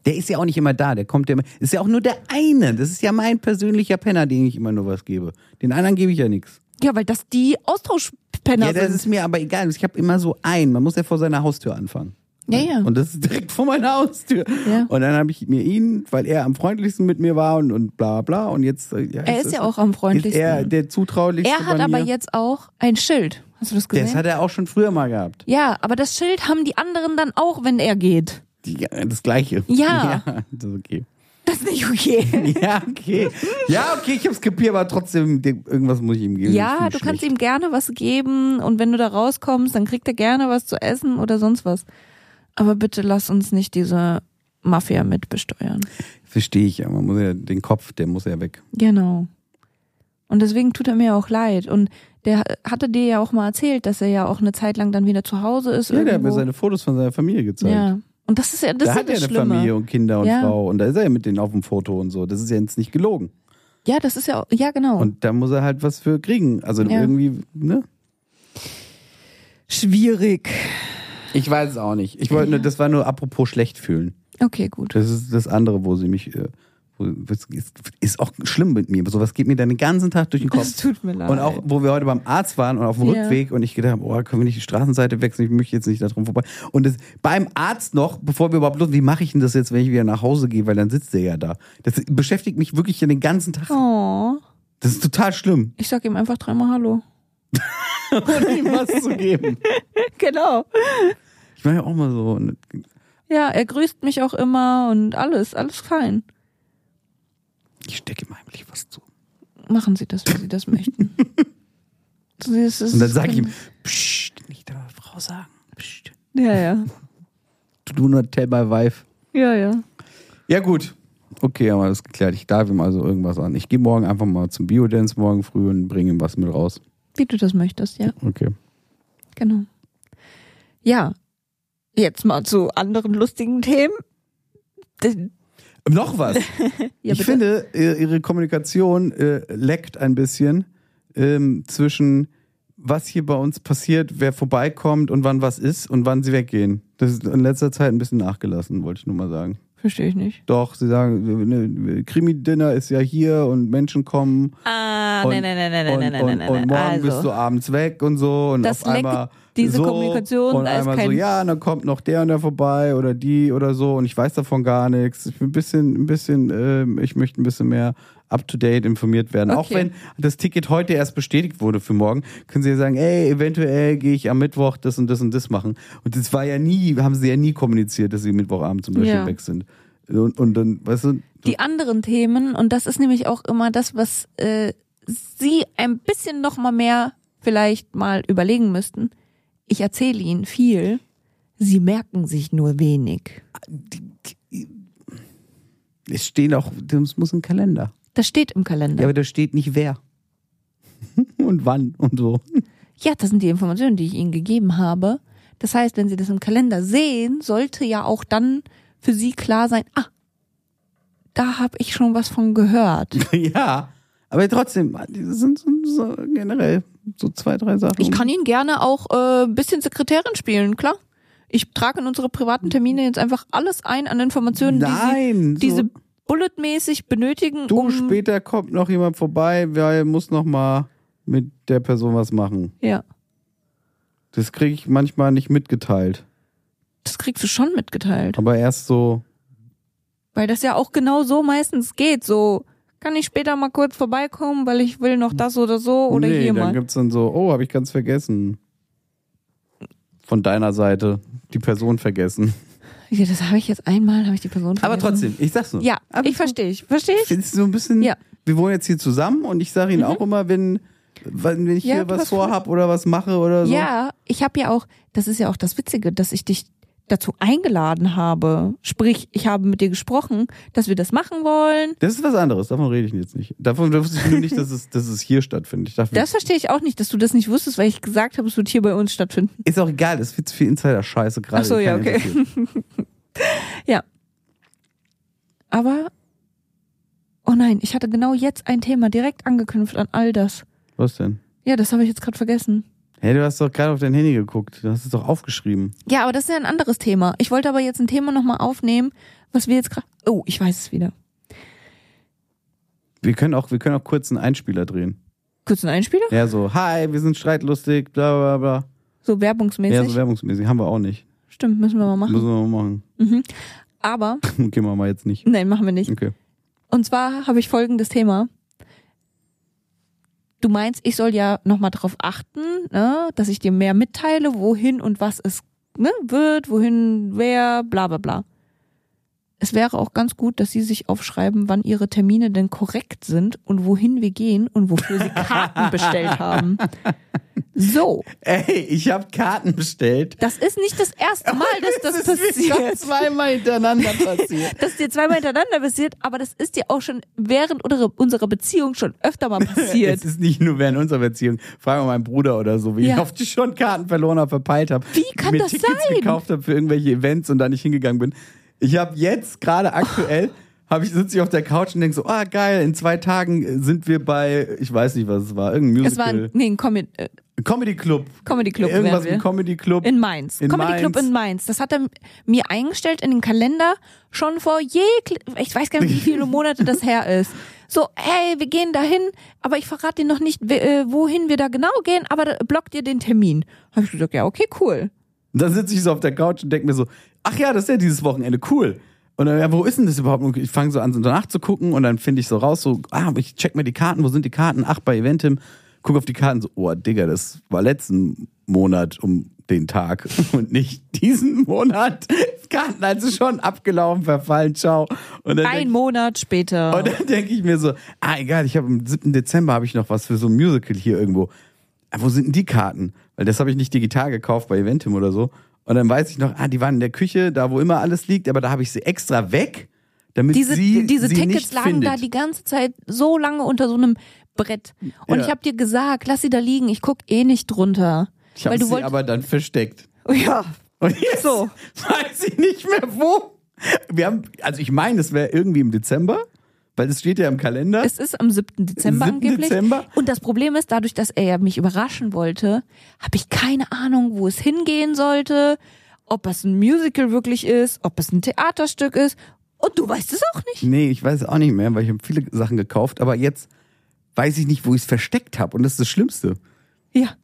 [SPEAKER 1] Der ist ja auch nicht immer da, der kommt ja immer. Ist ja auch nur der eine. Das ist ja mein persönlicher Penner, den ich immer nur was gebe. Den anderen gebe ich ja nichts.
[SPEAKER 2] Ja, weil das die Austauschpenner
[SPEAKER 1] Ja, das
[SPEAKER 2] sind.
[SPEAKER 1] ist mir aber egal. Ich habe immer so einen. Man muss ja vor seiner Haustür anfangen.
[SPEAKER 2] Ja, ja.
[SPEAKER 1] Und das ist direkt vor meiner Haustür.
[SPEAKER 2] Ja.
[SPEAKER 1] Und dann habe ich mir ihn, weil er am freundlichsten mit mir war und, und bla bla. Und jetzt. äh, Ja,
[SPEAKER 2] Er
[SPEAKER 1] jetzt
[SPEAKER 2] ist ja auch am
[SPEAKER 1] Ist
[SPEAKER 2] freundlichsten.
[SPEAKER 1] er der zutraulichste.
[SPEAKER 2] er hat
[SPEAKER 1] bei
[SPEAKER 2] aber
[SPEAKER 1] mir. halt
[SPEAKER 2] jetzt auch ein Schild. Hast du das gesehen?
[SPEAKER 1] Das hat er auch schon früher mal gehabt.
[SPEAKER 2] ja, aber das Schild haben die anderen dann auch, wenn er geht.
[SPEAKER 1] Die, das äh, gleiche.
[SPEAKER 2] Ja.
[SPEAKER 1] ja das ist okay.
[SPEAKER 2] Das ist nicht okay.
[SPEAKER 1] Ja, okay. Ja, okay, ich hab's kapiert, aber trotzdem, dem- irgendwas muss ich ihm geben. Ich
[SPEAKER 2] Ja,
[SPEAKER 1] fühl
[SPEAKER 2] du
[SPEAKER 1] schlecht.
[SPEAKER 2] kannst ihm gerne was geben und wenn du da rauskommst, dann kriegt er gerne was zu essen oder sonst was. Aber bitte lass uns nicht diese Mafia mitbesteuern.
[SPEAKER 1] Verstehe ich ja. Man muss ja den Kopf, der muss ja weg.
[SPEAKER 2] Genau. Und deswegen tut er mir auch leid. Und der hatte dir ja auch mal erzählt, dass er ja auch eine Zeit lang dann wieder zu Hause ist.
[SPEAKER 1] Ja, der hat mir
[SPEAKER 2] irgendwo.
[SPEAKER 1] seine Fotos von seiner Familie gezeigt.
[SPEAKER 2] ja. Und das ist ja das
[SPEAKER 1] da
[SPEAKER 2] ist ja
[SPEAKER 1] hat er
[SPEAKER 2] das
[SPEAKER 1] eine
[SPEAKER 2] Schlimme.
[SPEAKER 1] Familie und Kinder und
[SPEAKER 2] Ja.
[SPEAKER 1] Frau und da ist er ja mit denen auf dem Foto und so. Das ist ja jetzt nicht gelogen.
[SPEAKER 2] Ja, das ist ja, auch- ja genau.
[SPEAKER 1] Und da muss er halt was für kriegen. Also
[SPEAKER 2] Ja.
[SPEAKER 1] irgendwie, ne?
[SPEAKER 2] Schwierig.
[SPEAKER 1] Ich weiß es auch nicht. Ich wollte nur, das war nur apropos schlecht fühlen.
[SPEAKER 2] Okay, gut.
[SPEAKER 1] Das ist das andere, wo sie mich. Äh, wo- das ist, ist auch schlimm mit mir. Sowas geht mir dann den ganzen Tag durch den Kopf.
[SPEAKER 2] Es tut mir leid.
[SPEAKER 1] Und auch, wo wir heute beim Arzt waren und auf dem
[SPEAKER 2] Ja.
[SPEAKER 1] Rückweg und ich gedacht habe, oh, können wir nicht die Straßenseite wechseln, ich möchte jetzt nicht da drum vorbei. Und das, beim Arzt noch, bevor wir überhaupt los, wie mache ich denn das jetzt, wenn ich wieder nach Hause gehe, weil dann sitzt der ja da. Das beschäftigt mich wirklich den ganzen Tag.
[SPEAKER 2] Oh,
[SPEAKER 1] Das ist total schlimm,
[SPEAKER 2] ich sag ihm einfach dreimal Hallo.
[SPEAKER 1] ohne ihm was zu geben.
[SPEAKER 2] Genau.
[SPEAKER 1] Ich war ja auch mal so. Und,
[SPEAKER 2] Ja, er grüßt mich auch immer und alles, alles fein.
[SPEAKER 1] ich stecke ihm heimlich was zu.
[SPEAKER 2] Machen Sie das, wie Sie das möchten. So, das ist-
[SPEAKER 1] Und dann sage ich ihm, psst, nicht der Frau sagen. Psst.
[SPEAKER 2] Ja, ja.
[SPEAKER 1] Do not tell my wife.
[SPEAKER 2] Ja, ja.
[SPEAKER 1] Ja, gut. Okay, aber das ist geklärt. Ich darf ihm also irgendwas an. Ich gehe morgen einfach mal zum Biodance morgen früh und bringe ihm was mit raus.
[SPEAKER 2] Wie du das möchtest, ja.
[SPEAKER 1] Okay.
[SPEAKER 2] Genau. Ja. Jetzt mal zu anderen lustigen Themen. D-
[SPEAKER 1] Noch was.
[SPEAKER 2] Ja,
[SPEAKER 1] ich
[SPEAKER 2] bitte.
[SPEAKER 1] finde, äh, ihre Kommunikation äh, leckt ein bisschen ähm, zwischen was hier bei uns passiert, wer vorbeikommt und wann was ist und wann sie weggehen. Das ist in letzter Zeit ein bisschen nachgelassen, wollte ich nur mal sagen.
[SPEAKER 2] Verstehe ich nicht.
[SPEAKER 1] Doch, sie sagen, ne, Krimi-Dinner ist ja hier und Menschen kommen.
[SPEAKER 2] Ah,
[SPEAKER 1] und,
[SPEAKER 2] nein, nein, nein, nein, nein,
[SPEAKER 1] und,
[SPEAKER 2] nein, nein,
[SPEAKER 1] und,
[SPEAKER 2] nein, nein.
[SPEAKER 1] Und morgen
[SPEAKER 2] also,
[SPEAKER 1] bist du abends weg und so. Und
[SPEAKER 2] Das
[SPEAKER 1] auf einmal
[SPEAKER 2] leckt diese
[SPEAKER 1] so,
[SPEAKER 2] Kommunikation,
[SPEAKER 1] Und
[SPEAKER 2] da ist
[SPEAKER 1] einmal so,
[SPEAKER 2] kein-
[SPEAKER 1] ja, dann kommt noch der und der vorbei oder die oder so. Und ich weiß davon gar nichts. Ich bin ein bisschen, ein bisschen, ähm, ich möchte ein bisschen mehr up-to-date informiert werden. Auch
[SPEAKER 2] Okay.
[SPEAKER 1] wenn das Ticket heute erst bestätigt wurde für morgen, können sie ja sagen, ey, eventuell gehe ich am Mittwoch das und das und das machen. Und das war ja nie, haben sie ja nie kommuniziert, dass sie Mittwochabend zum Beispiel
[SPEAKER 2] Ja.
[SPEAKER 1] weg sind. Und, und dann, weißt du,
[SPEAKER 2] die anderen Themen, und das ist nämlich auch immer das, was äh, Sie ein bisschen noch mal mehr vielleicht mal überlegen müssten. Ich erzähle Ihnen viel, Sie merken sich nur wenig.
[SPEAKER 1] es stehen auch, es muss ein Kalender.
[SPEAKER 2] Das steht im Kalender.
[SPEAKER 1] Ja, aber da steht nicht wer. und wann und so.
[SPEAKER 2] Ja, das sind die Informationen, die ich Ihnen gegeben habe. Das heißt, wenn Sie das im Kalender sehen, sollte ja auch dann für Sie klar sein, ah, da habe ich schon was von gehört.
[SPEAKER 1] ja. Aber trotzdem, das sind so, so generell so zwei, drei Sachen.
[SPEAKER 2] Ich kann Ihnen gerne auch äh, ein bisschen Sekretärin spielen, klar. Ich trage in unsere privaten Termine jetzt einfach alles ein an Informationen,
[SPEAKER 1] Nein,
[SPEAKER 2] die Sie,
[SPEAKER 1] so-
[SPEAKER 2] die Sie bulletmäßig benötigen,
[SPEAKER 1] Du,
[SPEAKER 2] um...
[SPEAKER 1] später kommt noch jemand vorbei, wer muss noch mal mit der Person was machen.
[SPEAKER 2] Ja,
[SPEAKER 1] Das kriege ich manchmal nicht mitgeteilt.
[SPEAKER 2] das kriegst du schon mitgeteilt.
[SPEAKER 1] Aber erst so,
[SPEAKER 2] Weil das ja auch genau so meistens geht. So, kann ich später mal kurz vorbeikommen, weil ich will noch das oder so oder
[SPEAKER 1] nee,
[SPEAKER 2] hier
[SPEAKER 1] dann
[SPEAKER 2] mal.
[SPEAKER 1] gibt's dann so, oh, habe ich ganz vergessen. Von deiner Seite die Person vergessen.
[SPEAKER 2] Ja, das habe ich jetzt einmal, habe ich die Person
[SPEAKER 1] Aber
[SPEAKER 2] vergessen.
[SPEAKER 1] trotzdem, ich sag's nur.
[SPEAKER 2] Ja,
[SPEAKER 1] Aber
[SPEAKER 2] ich verstehe ich. Verstehe
[SPEAKER 1] Ich
[SPEAKER 2] ich?
[SPEAKER 1] finde es so ein bisschen,
[SPEAKER 2] Ja. Mhm.
[SPEAKER 1] wir wohnen jetzt hier zusammen und ich sage Ihnen auch immer, wenn, wenn wenn ich
[SPEAKER 2] Ja,
[SPEAKER 1] hier
[SPEAKER 2] du
[SPEAKER 1] was
[SPEAKER 2] hast
[SPEAKER 1] vorhab oder was mache oder so.
[SPEAKER 2] Ja, ich habe ja auch, das ist ja auch das Witzige, dass ich dich dazu eingeladen habe. Sprich, ich habe mit dir gesprochen, dass wir das machen wollen.
[SPEAKER 1] Das ist was anderes, davon rede ich jetzt nicht. Davon wusste ich nur nicht, dass es, dass es hier stattfindet. Ich dachte,
[SPEAKER 2] Das verstehe ich auch nicht, dass du das nicht wusstest, weil ich gesagt habe, es wird hier bei uns stattfinden.
[SPEAKER 1] ist auch egal, es wird zu viel Insider-Scheiße gerade.
[SPEAKER 2] Ach so, ja,
[SPEAKER 1] keinen
[SPEAKER 2] okay.
[SPEAKER 1] interessiert.
[SPEAKER 2] Aber, oh nein, ich hatte genau jetzt ein Thema direkt angeknüpft an all das.
[SPEAKER 1] Was denn?
[SPEAKER 2] Ja, das habe ich jetzt gerade vergessen.
[SPEAKER 1] Hey, du hast doch gerade auf dein Handy geguckt. Du hast es doch aufgeschrieben.
[SPEAKER 2] Ja, aber das ist ja ein anderes Thema. Ich wollte aber jetzt ein Thema nochmal aufnehmen, was wir jetzt gerade. Oh, ich weiß es wieder.
[SPEAKER 1] Wir können auch, wir können auch kurz einen Einspieler drehen.
[SPEAKER 2] Kurz ein Einspieler?
[SPEAKER 1] Ja, so, hi, wir sind streitlustig, bla, bla, bla.
[SPEAKER 2] So werbungsmäßig.
[SPEAKER 1] Ja, so werbungsmäßig. Haben wir auch nicht.
[SPEAKER 2] Stimmt, müssen wir mal machen.
[SPEAKER 1] Müssen wir mal machen.
[SPEAKER 2] Aber,
[SPEAKER 1] Okay, machen wir jetzt nicht.
[SPEAKER 2] nein, machen wir nicht.
[SPEAKER 1] Okay.
[SPEAKER 2] Und zwar habe ich folgendes Thema. Du meinst, ich soll ja nochmal darauf achten, ne, dass ich dir mehr mitteile, wohin und was es ne, wird, wohin, wer, bla bla bla. es wäre auch ganz gut, dass Sie sich aufschreiben, wann Ihre Termine denn korrekt sind und wohin wir gehen und wofür Sie Karten bestellt haben. So,
[SPEAKER 1] Ey, ich habe Karten bestellt.
[SPEAKER 2] das ist nicht das erste Mal, dass das,
[SPEAKER 1] ist mir schon
[SPEAKER 2] passiert.
[SPEAKER 1] zweimal hintereinander passiert.
[SPEAKER 2] Das ist dir zweimal hintereinander passiert, aber das ist dir auch schon während unserer- unserer Beziehung schon öfter mal passiert.
[SPEAKER 1] Es ist nicht nur während unserer Beziehung. Fragen wir meinen Bruder oder so, wie
[SPEAKER 2] Ja.
[SPEAKER 1] ich oft schon Karten verloren habe, verpeilt habe.
[SPEAKER 2] Wie kann
[SPEAKER 1] mir
[SPEAKER 2] das
[SPEAKER 1] Tickets
[SPEAKER 2] sein?
[SPEAKER 1] gekauft habe für irgendwelche Events und da nicht hingegangen bin. Ich habe jetzt gerade aktuell, habe ich sitze ich auf der Couch und denke so, ah geil, in zwei Tagen sind wir bei, ich weiß nicht was es war, irgendein
[SPEAKER 2] Es war
[SPEAKER 1] Musical,
[SPEAKER 2] ein, nee, ein Comi äh,
[SPEAKER 1] Comedy Club,
[SPEAKER 2] Comedy Club.
[SPEAKER 1] irgendwas
[SPEAKER 2] wären wir.
[SPEAKER 1] im Comedy Club
[SPEAKER 2] In Mainz.
[SPEAKER 1] In
[SPEAKER 2] Comedy Club
[SPEAKER 1] Mainz.
[SPEAKER 2] in Mainz. Das hat er mir eingestellt in den Kalender schon vor je, ich weiß gar nicht, wie viele Monate das her ist. So, hey, wir gehen dahin, aber ich verrate dir noch nicht, we- äh, wohin wir da genau gehen, aber da blockt ihr den Termin. Habe ich gesagt, ja, okay, cool.
[SPEAKER 1] Und dann sitze ich so auf der Couch und denke mir so, ach ja, das ist ja dieses Wochenende, cool. Und dann, ja, wo ist denn das überhaupt? Und ich fange so an, so nachzugucken und dann finde ich so raus, so, ah, ich check mir die Karten, wo sind die Karten? Ach, bei Eventim, guck auf die Karten, so, oh, Digga, das war letzten Monat um den Tag und nicht diesen Monat. Karten also schon abgelaufen, verfallen, ciao. Und dann denk-
[SPEAKER 2] Ein Monat später.
[SPEAKER 1] und dann denke ich mir so, ah egal, ich habe am 7. Dezember habe ich noch was für so ein Musical hier irgendwo. Ah, wo sind denn die Karten? Weil das habe ich nicht digital gekauft bei Eventim oder so. Und dann weiß ich noch, ah, die waren in der Küche, da wo immer alles liegt, aber da habe ich sie extra weg, damit
[SPEAKER 2] Diese,
[SPEAKER 1] sie
[SPEAKER 2] diese
[SPEAKER 1] sie
[SPEAKER 2] Tickets
[SPEAKER 1] nicht
[SPEAKER 2] lagen
[SPEAKER 1] findet.
[SPEAKER 2] da die ganze Zeit so lange unter so einem Brett. Und
[SPEAKER 1] Ja.
[SPEAKER 2] ich habe dir gesagt, lass sie da liegen, ich guck eh nicht drunter.
[SPEAKER 1] ich habe
[SPEAKER 2] Weil du
[SPEAKER 1] sie
[SPEAKER 2] wollt-
[SPEAKER 1] aber dann versteckt.
[SPEAKER 2] ja,
[SPEAKER 1] Und jetzt
[SPEAKER 2] So.
[SPEAKER 1] weiß ich nicht mehr wo. Wir haben, also ich meine, es wäre irgendwie im Dezember, weil es steht ja im Kalender.
[SPEAKER 2] Es ist am 7. Dezember
[SPEAKER 1] 7.
[SPEAKER 2] angeblich.
[SPEAKER 1] Dezember?
[SPEAKER 2] Und das Problem ist, dadurch, dass er ja mich überraschen wollte, habe ich keine Ahnung, wo es hingehen sollte, ob es ein Musical wirklich ist, ob es ein Theaterstück ist. Und du weißt es auch nicht.
[SPEAKER 1] Nee, ich weiß auch nicht mehr, weil ich habe viele Sachen gekauft, aber jetzt weiß ich nicht, wo ich es versteckt habe und das ist das Schlimmste.
[SPEAKER 2] Ja.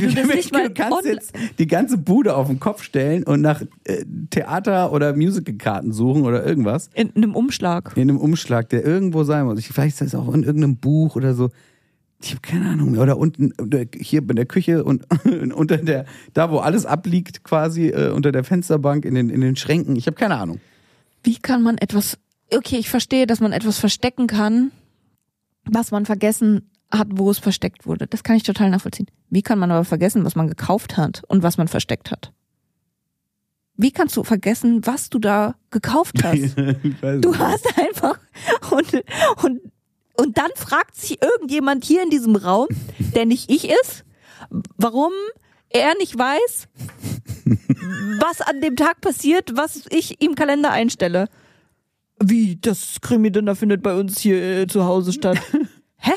[SPEAKER 2] du das
[SPEAKER 1] Du
[SPEAKER 2] nicht mal
[SPEAKER 1] kannst
[SPEAKER 2] online-
[SPEAKER 1] jetzt die ganze Bude auf den Kopf stellen und nach äh, Theater- oder Musicalkarten suchen oder irgendwas
[SPEAKER 2] in einem Umschlag.
[SPEAKER 1] in einem Umschlag, der irgendwo sein muss. Ich, vielleicht ist das auch in irgendeinem Buch oder so. Ich habe keine Ahnung mehr. Oder unten oder hier in der Küche und unter der da, wo alles abliegt, quasi äh, unter der Fensterbank in den in den Schränken. Ich habe keine Ahnung.
[SPEAKER 2] Wie kann man etwas. Okay, ich verstehe, dass man etwas verstecken kann, was man vergessen hat, wo es versteckt wurde. Das kann ich total nachvollziehen. Wie kann man aber vergessen, was man gekauft hat und was man versteckt hat? Wie kannst du vergessen, was du da gekauft hast?
[SPEAKER 1] Ich weiß
[SPEAKER 2] Du
[SPEAKER 1] nicht.
[SPEAKER 2] hast einfach und, und, und dann fragt sich irgendjemand hier in diesem Raum, der nicht ich ist, warum er nicht weiß, was an dem Tag passiert, was ich im Kalender einstelle. Wie, das Krimi Dinner findet bei uns hier äh, zu Hause statt. Hä?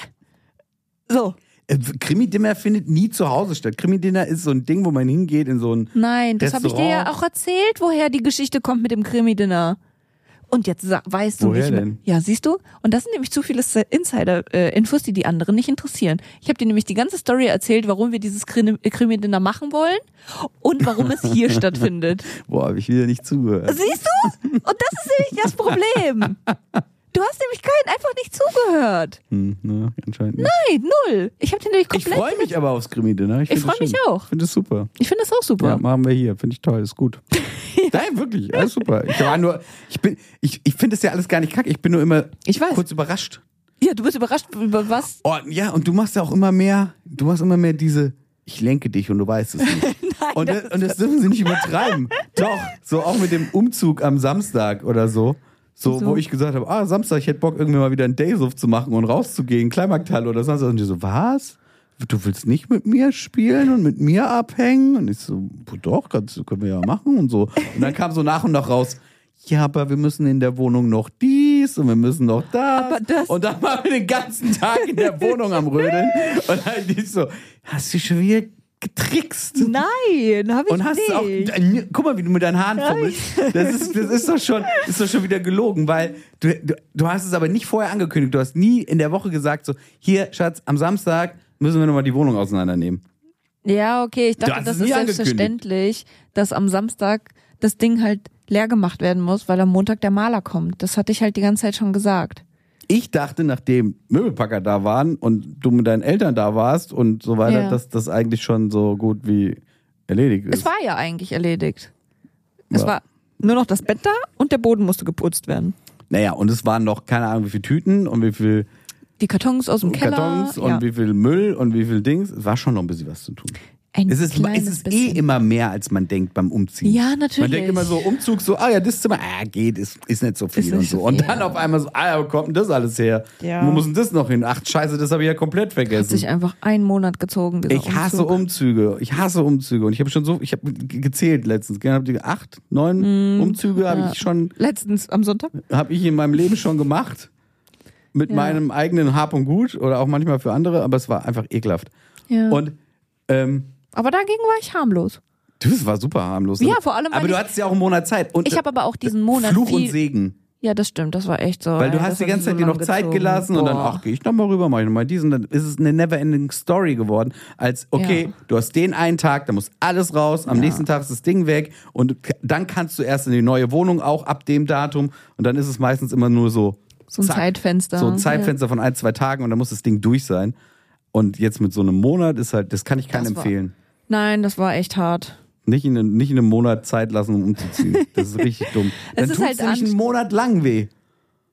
[SPEAKER 2] So.
[SPEAKER 1] Äh, Krimi-Dinner findet nie zu Hause statt. Krimi-Dinner ist so ein Ding, wo man hingeht in so ein.
[SPEAKER 2] Nein, das habe ich dir ja
[SPEAKER 1] Restaurant.
[SPEAKER 2] auch erzählt, woher die Geschichte kommt mit dem Krimi-Dinner. Und jetzt sa- weißt du
[SPEAKER 1] Woher
[SPEAKER 2] nicht mehr.
[SPEAKER 1] denn?
[SPEAKER 2] Ja, siehst du? Und das sind nämlich zu viele Se- Insider-Infos, die die anderen nicht interessieren. Ich habe dir nämlich die ganze Story erzählt, warum wir dieses Krim- äh, Krimi-Dinner machen wollen und warum es hier stattfindet.
[SPEAKER 1] Boah, habe ich wieder nicht zugehört.
[SPEAKER 2] Siehst du? Und das ist nämlich das Problem. Du hast nämlich keinen einfach nicht zugehört.
[SPEAKER 1] Hm, ne, anscheinend nicht.
[SPEAKER 2] Nein, null. Ich habe dir nämlich
[SPEAKER 1] Ich
[SPEAKER 2] komplett.
[SPEAKER 1] freue mich aber aufs Krimi-Dinner. Ich,
[SPEAKER 2] Ich
[SPEAKER 1] find das
[SPEAKER 2] freu mich
[SPEAKER 1] schön.
[SPEAKER 2] auch.
[SPEAKER 1] Ich finde es super.
[SPEAKER 2] Ich finde das auch super.
[SPEAKER 1] Ja, machen wir hier. Finde ich toll. Ist gut. Nein, wirklich. Alles super. Ich war nur, ich bin, ich, ich finde es ja alles gar nicht kacke. Ich bin nur immer
[SPEAKER 2] Ich weiß.
[SPEAKER 1] kurz überrascht.
[SPEAKER 2] ja, du bist überrascht über was
[SPEAKER 1] Oh, ja, und du machst ja auch immer mehr, du machst immer mehr diese, ich lenke dich und du weißt es nicht.
[SPEAKER 2] Nein,
[SPEAKER 1] und, äh,
[SPEAKER 2] das
[SPEAKER 1] das, und das dürfen sie nicht übertreiben. Doch, so auch mit dem Umzug am Samstag oder so. So,
[SPEAKER 2] Wieso?
[SPEAKER 1] wo ich gesagt habe, ah, Samstag, ich hätte Bock, irgendwie mal wieder einen Daysuff zu machen und rauszugehen, Kleinmarkthalle oder sonst was. Und die so, was? Du willst nicht mit mir spielen und mit mir abhängen? Und ich so, doch, kannst, können wir ja machen und so. Und dann kam so nach und nach raus, ja, aber wir müssen in der Wohnung noch dies und wir müssen noch das.
[SPEAKER 2] Aber das-
[SPEAKER 1] und dann waren wir den ganzen Tag in der Wohnung am Rödeln. Und dann ich so, hast du schon wieder getrickst?
[SPEAKER 2] Nein, habe ich
[SPEAKER 1] Und hast
[SPEAKER 2] nicht.
[SPEAKER 1] auch. Guck mal, wie du mit deinen Haaren fummelst. Das ist, das ist doch schon, ist doch schon wieder gelogen, weil du, du, du hast es aber nicht vorher angekündigt. Du hast nie in der Woche gesagt, so, hier, Schatz, am Samstag müssen wir nochmal die Wohnung auseinandernehmen.
[SPEAKER 2] Ja, okay, ich dachte,
[SPEAKER 1] hast
[SPEAKER 2] das
[SPEAKER 1] es nie
[SPEAKER 2] ist
[SPEAKER 1] angekündigt.
[SPEAKER 2] selbstverständlich, dass am Samstag das Ding halt leer gemacht werden muss, weil am Montag der Maler kommt. Das hatte ich halt die ganze Zeit schon gesagt.
[SPEAKER 1] Ich dachte, nachdem Möbelpacker da waren und du mit deinen Eltern da warst und so weiter,
[SPEAKER 2] Ja.
[SPEAKER 1] dass das eigentlich schon so gut wie erledigt ist.
[SPEAKER 2] Es war ja eigentlich erledigt. Es
[SPEAKER 1] Ja.
[SPEAKER 2] war nur noch das Bett da und der Boden musste geputzt werden.
[SPEAKER 1] Naja, und es waren noch keine Ahnung, wie viele Tüten und wie viel
[SPEAKER 2] Die Kartons aus dem Keller.
[SPEAKER 1] Kartons und
[SPEAKER 2] ja.
[SPEAKER 1] wie viel Müll und wie viel Dings. Es war schon noch ein bisschen was zu tun.
[SPEAKER 2] Ein
[SPEAKER 1] Es ist, es
[SPEAKER 2] kleines
[SPEAKER 1] ist eh
[SPEAKER 2] bisschen.
[SPEAKER 1] immer mehr, als man denkt beim Umziehen.
[SPEAKER 2] Ja, natürlich.
[SPEAKER 1] Man denkt immer so, Umzug, so, ah ja, das Zimmer, ah, geht, ist, ist nicht so viel
[SPEAKER 2] Ist
[SPEAKER 1] und
[SPEAKER 2] nicht
[SPEAKER 1] so.
[SPEAKER 2] so
[SPEAKER 1] Und
[SPEAKER 2] viel,
[SPEAKER 1] dann auf einmal so, ah ja, wo kommt denn das alles her?
[SPEAKER 2] Ja.
[SPEAKER 1] Wo muss denn das noch hin? Ach, scheiße, das habe ich ja komplett
[SPEAKER 2] Hat sich
[SPEAKER 1] vergessen.
[SPEAKER 2] einfach einen Monat gezogen. dieser
[SPEAKER 1] Ich hasse
[SPEAKER 2] Umzug.
[SPEAKER 1] Umzüge. Ich hasse Umzüge. Und ich habe schon so, ich habe ge- gezählt letztens. Gell, hab die acht, neun
[SPEAKER 2] Hm,
[SPEAKER 1] Umzüge habe ich schon,
[SPEAKER 2] Letztens am Sonntag.
[SPEAKER 1] habe ich in meinem Leben schon gemacht. Mit
[SPEAKER 2] Ja.
[SPEAKER 1] meinem eigenen Hab und Gut oder auch manchmal für andere, aber es war einfach ekelhaft.
[SPEAKER 2] Ja.
[SPEAKER 1] Und ähm,
[SPEAKER 2] aber dagegen war ich harmlos.
[SPEAKER 1] Du, das war super harmlos. ne?
[SPEAKER 2] Ja, vor allem,
[SPEAKER 1] Aber
[SPEAKER 2] weil
[SPEAKER 1] du
[SPEAKER 2] ich-
[SPEAKER 1] hattest ja auch einen Monat Zeit. Und
[SPEAKER 2] Ich habe aber auch diesen Monat
[SPEAKER 1] Fluch und
[SPEAKER 2] viel-
[SPEAKER 1] Segen.
[SPEAKER 2] Ja, das stimmt, das war echt so.
[SPEAKER 1] Weil du
[SPEAKER 2] ey, das
[SPEAKER 1] hast die
[SPEAKER 2] hat
[SPEAKER 1] ganze
[SPEAKER 2] so
[SPEAKER 1] Zeit dir noch
[SPEAKER 2] lang
[SPEAKER 1] Zeit
[SPEAKER 2] gezogen.
[SPEAKER 1] gelassen und dann,
[SPEAKER 2] Boah.
[SPEAKER 1] ach, geh ich nochmal rüber, mach ich nochmal diesen. Dann ist es eine never-ending Story geworden. Als, okay,
[SPEAKER 2] Ja.
[SPEAKER 1] du hast den einen Tag, da muss alles raus, am nächsten Tag ist das Ding weg und dann kannst du erst in die neue Wohnung auch ab dem Datum und dann ist es meistens immer nur so.
[SPEAKER 2] So ein
[SPEAKER 1] zack,
[SPEAKER 2] Zeitfenster.
[SPEAKER 1] So ein Zeitfenster von ein, zwei Tagen und dann muss das Ding durch sein. Und jetzt mit so einem Monat ist halt, das kann ich keinem
[SPEAKER 2] Das war-
[SPEAKER 1] empfehlen.
[SPEAKER 2] Nein, das war echt hart.
[SPEAKER 1] Nicht in, einem- nicht in einem Monat Zeit lassen, um umzuziehen. Das ist richtig dumm. Dann
[SPEAKER 2] ist
[SPEAKER 1] tut's
[SPEAKER 2] halt
[SPEAKER 1] nämlich
[SPEAKER 2] anst-
[SPEAKER 1] einen Monat lang weh.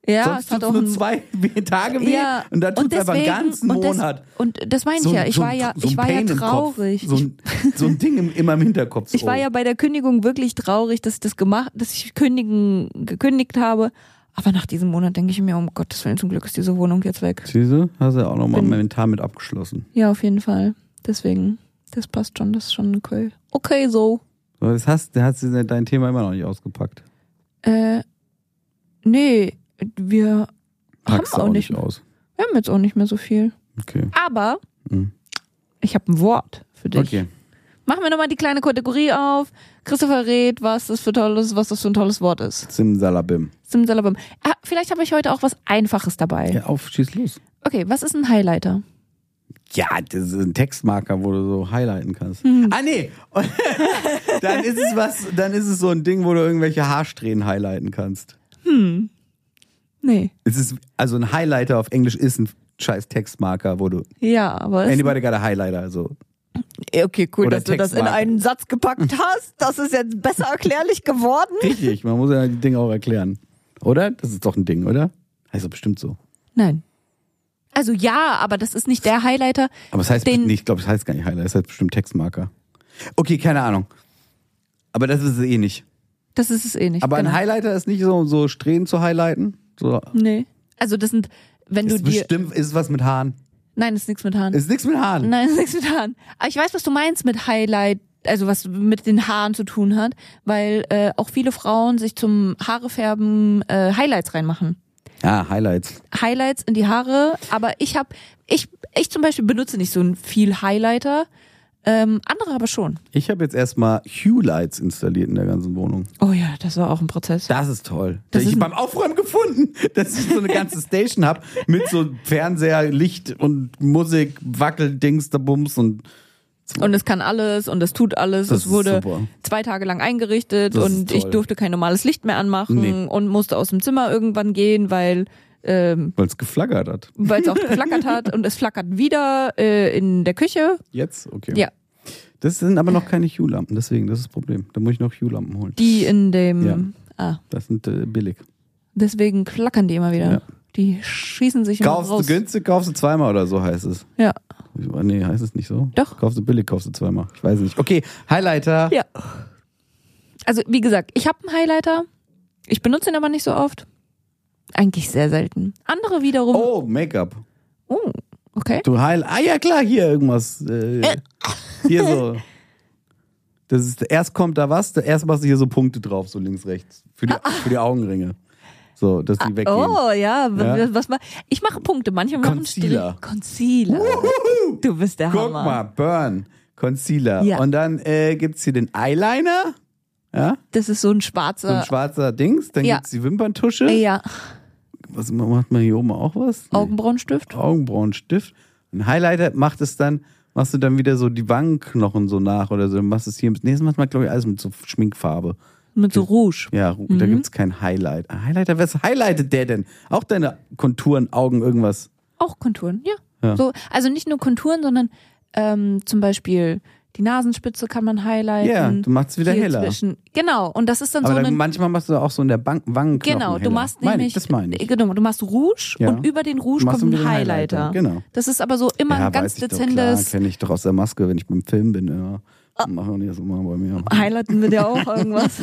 [SPEAKER 2] Ja,
[SPEAKER 1] Sonst
[SPEAKER 2] es hat
[SPEAKER 1] tut's
[SPEAKER 2] auch
[SPEAKER 1] nur
[SPEAKER 2] ein-
[SPEAKER 1] zwei Tage weh.
[SPEAKER 2] Ja,
[SPEAKER 1] und dann tut's einfach einen
[SPEAKER 2] deswegen-
[SPEAKER 1] ganzen
[SPEAKER 2] und des-
[SPEAKER 1] Monat.
[SPEAKER 2] Und das meine ich ja. Ich
[SPEAKER 1] ein-
[SPEAKER 2] war ja,
[SPEAKER 1] so ein
[SPEAKER 2] ich war ja
[SPEAKER 1] Pain im Kopf.
[SPEAKER 2] traurig.
[SPEAKER 1] So
[SPEAKER 2] ich,
[SPEAKER 1] ein, so ein Ding im, immer im Hinterkopf.
[SPEAKER 2] ich war
[SPEAKER 1] Oh.
[SPEAKER 2] ja bei der Kündigung wirklich traurig, dass ich das gemacht, dass ich kündigen, gekündigt habe. Aber nach diesem Monat denke ich mir, um Gottes Willen, zum Glück ist diese Wohnung jetzt weg.
[SPEAKER 1] Siehste, hast du ja auch nochmal
[SPEAKER 2] Bin-
[SPEAKER 1] mental mit abgeschlossen.
[SPEAKER 2] Ja, auf jeden Fall. Deswegen, das passt schon, das ist schon okay. Okay, so.
[SPEAKER 1] So, das hast, da hast du dein Thema immer noch nicht ausgepackt.
[SPEAKER 2] Äh, nee, wir
[SPEAKER 1] Packst du
[SPEAKER 2] haben auch nicht,
[SPEAKER 1] aus.
[SPEAKER 2] wir haben jetzt auch nicht mehr so viel.
[SPEAKER 1] Okay.
[SPEAKER 2] Aber
[SPEAKER 1] Mhm.
[SPEAKER 2] ich habe ein Wort für dich.
[SPEAKER 1] Okay.
[SPEAKER 2] Machen wir nochmal die kleine Kategorie auf. Christopher rät, was das für tolles, was das für ein tolles Wort ist.
[SPEAKER 1] Simsalabim.
[SPEAKER 2] Simsalabim. Ah, vielleicht habe ich heute auch was Einfaches dabei.
[SPEAKER 1] Ja, auf, schieß los.
[SPEAKER 2] Okay, was ist ein Highlighter?
[SPEAKER 1] Ja, das ist ein Textmarker, wo du so highlighten kannst.
[SPEAKER 2] Mhm.
[SPEAKER 1] Ah nee, dann ist es was, dann ist es so ein Ding, wo du irgendwelche Haarsträhnen highlighten kannst.
[SPEAKER 2] Nee.
[SPEAKER 1] Es ist also ein Highlighter auf Englisch ist ein scheiß Textmarker, wo du
[SPEAKER 2] Ja, aber es eh
[SPEAKER 1] anybody got a highlighter also.
[SPEAKER 2] Okay, cool,
[SPEAKER 1] Oder
[SPEAKER 2] dass du das in
[SPEAKER 1] Textmarken.
[SPEAKER 2] einen Satz gepackt hast. Das ist jetzt besser erklärlich geworden.
[SPEAKER 1] Richtig, man muss ja die Dinge auch erklären. Oder? Das ist doch ein Ding, oder? Heißt doch bestimmt so.
[SPEAKER 2] Nein. Also ja, aber das ist nicht der Highlighter.
[SPEAKER 1] Aber es heißt
[SPEAKER 2] Den-
[SPEAKER 1] nee, ich glaube, es heißt gar nicht Highlighter, es heißt bestimmt Textmarker. Okay, keine Ahnung. Aber das ist es eh nicht.
[SPEAKER 2] Das ist es eh nicht.
[SPEAKER 1] Aber
[SPEAKER 2] genau.
[SPEAKER 1] ein Highlighter ist nicht so so Strähnen zu highlighten, so
[SPEAKER 2] Nee. Also das sind, wenn du
[SPEAKER 1] ist
[SPEAKER 2] dir.
[SPEAKER 1] bestimmt ist was mit Haaren.
[SPEAKER 2] Nein, das ist nichts mit Haaren.
[SPEAKER 1] Ist nichts mit Haaren.
[SPEAKER 2] Nein, ist nichts mit Haaren. Aber ich weiß, was du meinst mit Highlight, also was mit den Haaren zu tun hat, weil äh, auch viele Frauen sich zum Haarefärben äh, Highlights reinmachen.
[SPEAKER 1] Ja, Ah, Highlights.
[SPEAKER 2] Highlights in die Haare, aber ich habe, ich, ich zum Beispiel benutze nicht so ein viel Highlighter. Ähm, andere aber schon.
[SPEAKER 1] Ich habe jetzt erstmal Hue Lights installiert in der ganzen Wohnung.
[SPEAKER 2] Oh ja, das war auch ein Prozess.
[SPEAKER 1] Das ist toll.
[SPEAKER 2] Das
[SPEAKER 1] ich
[SPEAKER 2] ist
[SPEAKER 1] habe
[SPEAKER 2] ein-
[SPEAKER 1] beim Aufräumen gefunden, dass ich so eine ganze Station habe mit so Fernseher, Licht und Musik, Wackeldings, da Bums und
[SPEAKER 2] Und es kann alles und es tut alles.
[SPEAKER 1] Das
[SPEAKER 2] es wurde
[SPEAKER 1] ist super.
[SPEAKER 2] zwei Tage lang eingerichtet
[SPEAKER 1] Das ist
[SPEAKER 2] und ich
[SPEAKER 1] toll.
[SPEAKER 2] durfte kein normales Licht mehr anmachen
[SPEAKER 1] Nee.
[SPEAKER 2] und musste aus dem Zimmer irgendwann gehen, weil ähm,
[SPEAKER 1] weil es geflaggert hat.
[SPEAKER 2] weil es auch geflackert hat und es flackert wieder äh, in der Küche.
[SPEAKER 1] Jetzt? Okay.
[SPEAKER 2] Ja,
[SPEAKER 1] Das sind aber noch keine Hue-Lampen, deswegen, das ist das Problem. Da muss ich noch Hue-Lampen holen.
[SPEAKER 2] die in dem. Ah,
[SPEAKER 1] Das sind äh, billig.
[SPEAKER 2] deswegen flackern die immer wieder.
[SPEAKER 1] Ja.
[SPEAKER 2] Die schießen sich immer
[SPEAKER 1] Kaufst du
[SPEAKER 2] raus.
[SPEAKER 1] günstig, kaufst du zweimal oder so heißt es.
[SPEAKER 2] Ja,
[SPEAKER 1] Nee, heißt es nicht so?
[SPEAKER 2] Doch.
[SPEAKER 1] Kaufst du billig, kaufst du zweimal. Ich weiß nicht. Okay, Highlighter.
[SPEAKER 2] ja. Also wie gesagt, ich habe einen Highlighter. Ich benutze ihn aber nicht so oft. Eigentlich sehr selten. Andere wiederum.
[SPEAKER 1] Oh, Make-up.
[SPEAKER 2] Oh, okay.
[SPEAKER 1] Du heil. Ah ja, klar, hier irgendwas. Äh, hier so. Das ist, erst kommt da was, da- erst machst du hier so Punkte drauf, so links, rechts. Für die, für die Augenringe. So, dass die weggehen.
[SPEAKER 2] Ah, Oh ja, w-
[SPEAKER 1] Ja.
[SPEAKER 2] was ma- ich mache Punkte. Manche machen
[SPEAKER 1] Concealer.
[SPEAKER 2] Strich- Concealer. Du bist der
[SPEAKER 1] Guck
[SPEAKER 2] Hammer.
[SPEAKER 1] mal, Burn, Concealer.
[SPEAKER 2] Ja.
[SPEAKER 1] Und dann äh, gibt's hier den Eyeliner,
[SPEAKER 2] Das ist so ein
[SPEAKER 1] so
[SPEAKER 2] schwarzer.
[SPEAKER 1] ein schwarzer Dings. Dann
[SPEAKER 2] Ja.
[SPEAKER 1] gibt's die Wimperntusche.
[SPEAKER 2] ja,
[SPEAKER 1] Was macht man hier oben auch was? Nee.
[SPEAKER 2] Augenbrauenstift.
[SPEAKER 1] Augenbrauenstift. Ein Highlighter macht es dann, machst du dann wieder so die Wangenknochen so nach oder so. Dann machst du es hier. Nächstes Mal macht, glaube ich, alles mit so Schminkfarbe.
[SPEAKER 2] Mit so Rouge.
[SPEAKER 1] Ja, Ru-
[SPEAKER 2] Mhm.
[SPEAKER 1] da gibt's kein Highlight. Ein Highlighter, was highlightet der denn? Auch deine Konturen, Augen, irgendwas.
[SPEAKER 2] Auch Konturen, ja.
[SPEAKER 1] Ja.
[SPEAKER 2] So, also nicht nur Konturen, sondern ähm, zum Beispiel die Nasenspitze kann man highlighten.
[SPEAKER 1] Ja, du machst wieder
[SPEAKER 2] Hier
[SPEAKER 1] heller.
[SPEAKER 2] Zwischen. Genau, und das ist dann
[SPEAKER 1] Aber
[SPEAKER 2] so
[SPEAKER 1] dann
[SPEAKER 2] eine
[SPEAKER 1] manchmal machst du auch so in der Bank Wangenknochen
[SPEAKER 2] Genau, du
[SPEAKER 1] heller.
[SPEAKER 2] machst
[SPEAKER 1] Meine
[SPEAKER 2] nämlich
[SPEAKER 1] ich, das meine ich.
[SPEAKER 2] Genau, du machst Rouge
[SPEAKER 1] Ja.
[SPEAKER 2] und über den Rouge
[SPEAKER 1] Du machst
[SPEAKER 2] kommt
[SPEAKER 1] dann
[SPEAKER 2] ein
[SPEAKER 1] wieder einen
[SPEAKER 2] Highlighter.
[SPEAKER 1] Highlighter, genau.
[SPEAKER 2] Das ist aber so immer ein
[SPEAKER 1] weiß
[SPEAKER 2] ganz
[SPEAKER 1] ich doch, klar,
[SPEAKER 2] dezentes Ah.
[SPEAKER 1] kenne ich doch aus der Maske, wenn ich beim Film bin. Ja. Machen die das immer bei mir.
[SPEAKER 2] Highlighten wir dir auch irgendwas.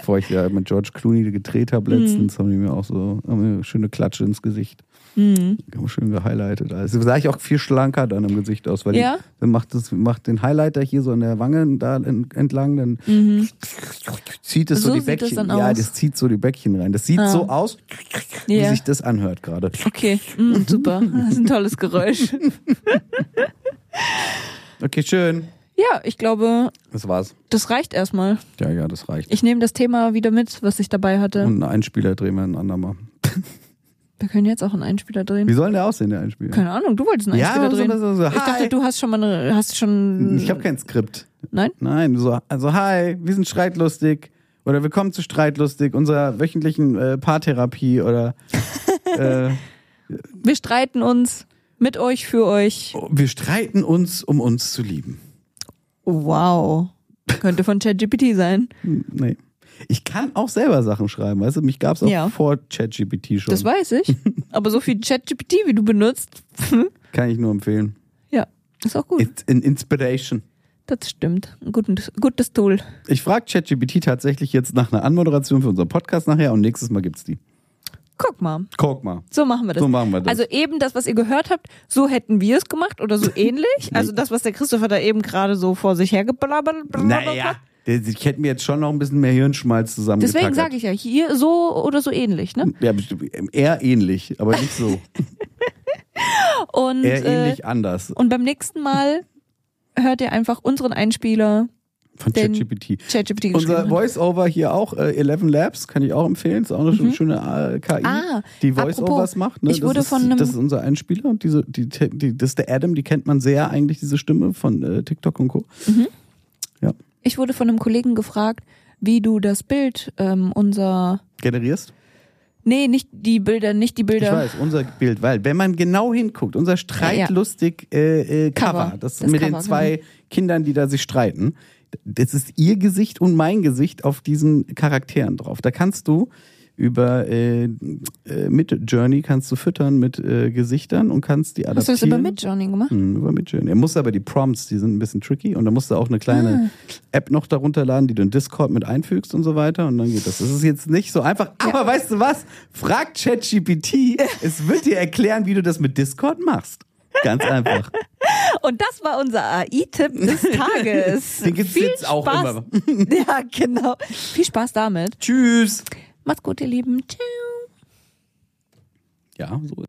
[SPEAKER 1] Bevor ich ja mit George Clooney gedreht habe
[SPEAKER 2] Mhm.
[SPEAKER 1] letztens, haben die mir auch so haben mir eine schöne Klatsche ins Gesicht.
[SPEAKER 2] Mhm.
[SPEAKER 1] Haben schön gehighlightet. Also sah ich auch viel schlanker dann im Gesicht aus, weil
[SPEAKER 2] Ja?
[SPEAKER 1] die, dann macht, das, macht den Highlighter hier so an der Wange da en- entlang, dann zieht es so,
[SPEAKER 2] Mhm. So
[SPEAKER 1] die
[SPEAKER 2] sieht
[SPEAKER 1] Bäckchen.
[SPEAKER 2] das dann
[SPEAKER 1] ja,
[SPEAKER 2] aus. Ah.
[SPEAKER 1] das zieht so die Bäckchen rein. Das sieht so aus, wie
[SPEAKER 2] Ja.
[SPEAKER 1] sich das anhört gerade.
[SPEAKER 2] Okay, mm,
[SPEAKER 1] Mhm.
[SPEAKER 2] super. Das ist ein tolles Geräusch.
[SPEAKER 1] Okay, schön.
[SPEAKER 2] Ja, ich glaube,
[SPEAKER 1] Das war's.
[SPEAKER 2] das reicht erstmal.
[SPEAKER 1] Ja, ja, das reicht.
[SPEAKER 2] Ich nehme das Thema wieder mit, was ich dabei hatte.
[SPEAKER 1] Und einen Einspieler drehen wir ein andermal.
[SPEAKER 2] Wir können jetzt auch einen Einspieler drehen.
[SPEAKER 1] Wie soll denn der aussehen, der Einspieler?
[SPEAKER 2] Keine Ahnung, du wolltest einen
[SPEAKER 1] Ja,
[SPEAKER 2] Einspieler
[SPEAKER 1] aber so-
[SPEAKER 2] drehen.
[SPEAKER 1] so- so-
[SPEAKER 2] ich dachte,
[SPEAKER 1] hi.
[SPEAKER 2] du hast schon mal eine, hast schon.
[SPEAKER 1] Ich habe kein Skript.
[SPEAKER 2] Nein?
[SPEAKER 1] Nein, so, also hi, wir sind streitlustig oder willkommen zu streitlustig, unserer wöchentlichen äh, Paartherapie oder äh,
[SPEAKER 2] Wir streiten uns mit euch für euch.
[SPEAKER 1] Oh, wir streiten uns, um uns zu lieben.
[SPEAKER 2] Wow. Könnte von ChatGPT sein.
[SPEAKER 1] Hm, Nee. Ich kann auch selber Sachen schreiben, weißt du, mich gab's auch
[SPEAKER 2] Ja.
[SPEAKER 1] vor ChatGPT schon.
[SPEAKER 2] Das weiß ich. Aber so viel ChatGPT, wie du benutzt,
[SPEAKER 1] kann ich nur empfehlen.
[SPEAKER 2] ja, ist auch gut.
[SPEAKER 1] It's an inspiration.
[SPEAKER 2] das stimmt. Ein gutes, gutes Tool.
[SPEAKER 1] Ich frage ChatGPT tatsächlich jetzt nach einer Anmoderation für unseren Podcast nachher und nächstes Mal gibt's die.
[SPEAKER 2] Guck mal.
[SPEAKER 1] Guck mal.
[SPEAKER 2] So machen wir das.
[SPEAKER 1] So machen wir das.
[SPEAKER 2] Also eben das, was ihr gehört habt, so hätten wir es gemacht oder so ähnlich. Also das, was der Christopher da eben gerade so vor sich hergeblabbert
[SPEAKER 1] Naja,
[SPEAKER 2] hat.
[SPEAKER 1] ich hätte mir jetzt schon noch ein bisschen mehr Hirnschmalz zusammengepackt.
[SPEAKER 2] Deswegen sage ich ja, hier so oder so ähnlich. Ne?
[SPEAKER 1] Ja, bestimmt, eher ähnlich, aber nicht so.
[SPEAKER 2] Und,
[SPEAKER 1] Eher
[SPEAKER 2] äh,
[SPEAKER 1] ähnlich anders
[SPEAKER 2] und beim nächsten Mal hört ihr einfach unseren Einspieler
[SPEAKER 1] von
[SPEAKER 2] denn-
[SPEAKER 1] ChatGPT.
[SPEAKER 2] ChatGPT
[SPEAKER 1] Unser
[SPEAKER 2] geschrieben. hat.
[SPEAKER 1] Voice-Over hier auch, äh, 11 Labs, kann ich auch empfehlen. Ist auch eine schöne äh, KI,
[SPEAKER 2] Mhm. Ah,
[SPEAKER 1] die
[SPEAKER 2] apropos,
[SPEAKER 1] Voice-Overs macht. Ne?
[SPEAKER 2] ich wurde
[SPEAKER 1] das, ist,
[SPEAKER 2] von einem-
[SPEAKER 1] das ist unser Einspieler und diese, die, die, das ist der Adam, die kennt man sehr eigentlich, diese Stimme von äh, TikTok und Co. Ja.
[SPEAKER 2] Ich wurde von einem Kollegen gefragt, wie du das Bild ähm, unser
[SPEAKER 1] Generierst?
[SPEAKER 2] Nee, nicht die Bilder, nicht die Bilder.
[SPEAKER 1] Ich weiß, unser Bild, weil wenn man genau hinguckt, unser streitlustig äh, äh, Cover,
[SPEAKER 2] Cover.
[SPEAKER 1] das,
[SPEAKER 2] Das
[SPEAKER 1] mit
[SPEAKER 2] Cover, genau.
[SPEAKER 1] den zwei Kindern, die da sich streiten, das ist ihr Gesicht und mein Gesicht auf diesen Charakteren drauf. Da kannst du über äh, äh, mit Journey kannst du füttern mit äh, Gesichtern und kannst die adaptieren.
[SPEAKER 2] Hast du das über Midjourney gemacht?
[SPEAKER 1] Hm, über Midjourney. Er muss aber die Prompts, die sind ein bisschen tricky und da musst du auch eine kleine App noch darunter laden, die du in Discord mit einfügst und so weiter und dann geht das. Das ist jetzt nicht so einfach, aber weißt du was? Frag ChatGPT, es wird dir erklären, wie du das mit Discord machst. Ganz einfach.
[SPEAKER 2] Und das war unser AI-Tipp des Tages.
[SPEAKER 1] Den gibt's
[SPEAKER 2] Viel
[SPEAKER 1] jetzt auch
[SPEAKER 2] Spaß. immer. ja, genau. Viel Spaß damit.
[SPEAKER 1] Tschüss.
[SPEAKER 2] Macht's gut, ihr Lieben. Tschüss.
[SPEAKER 1] Ja, so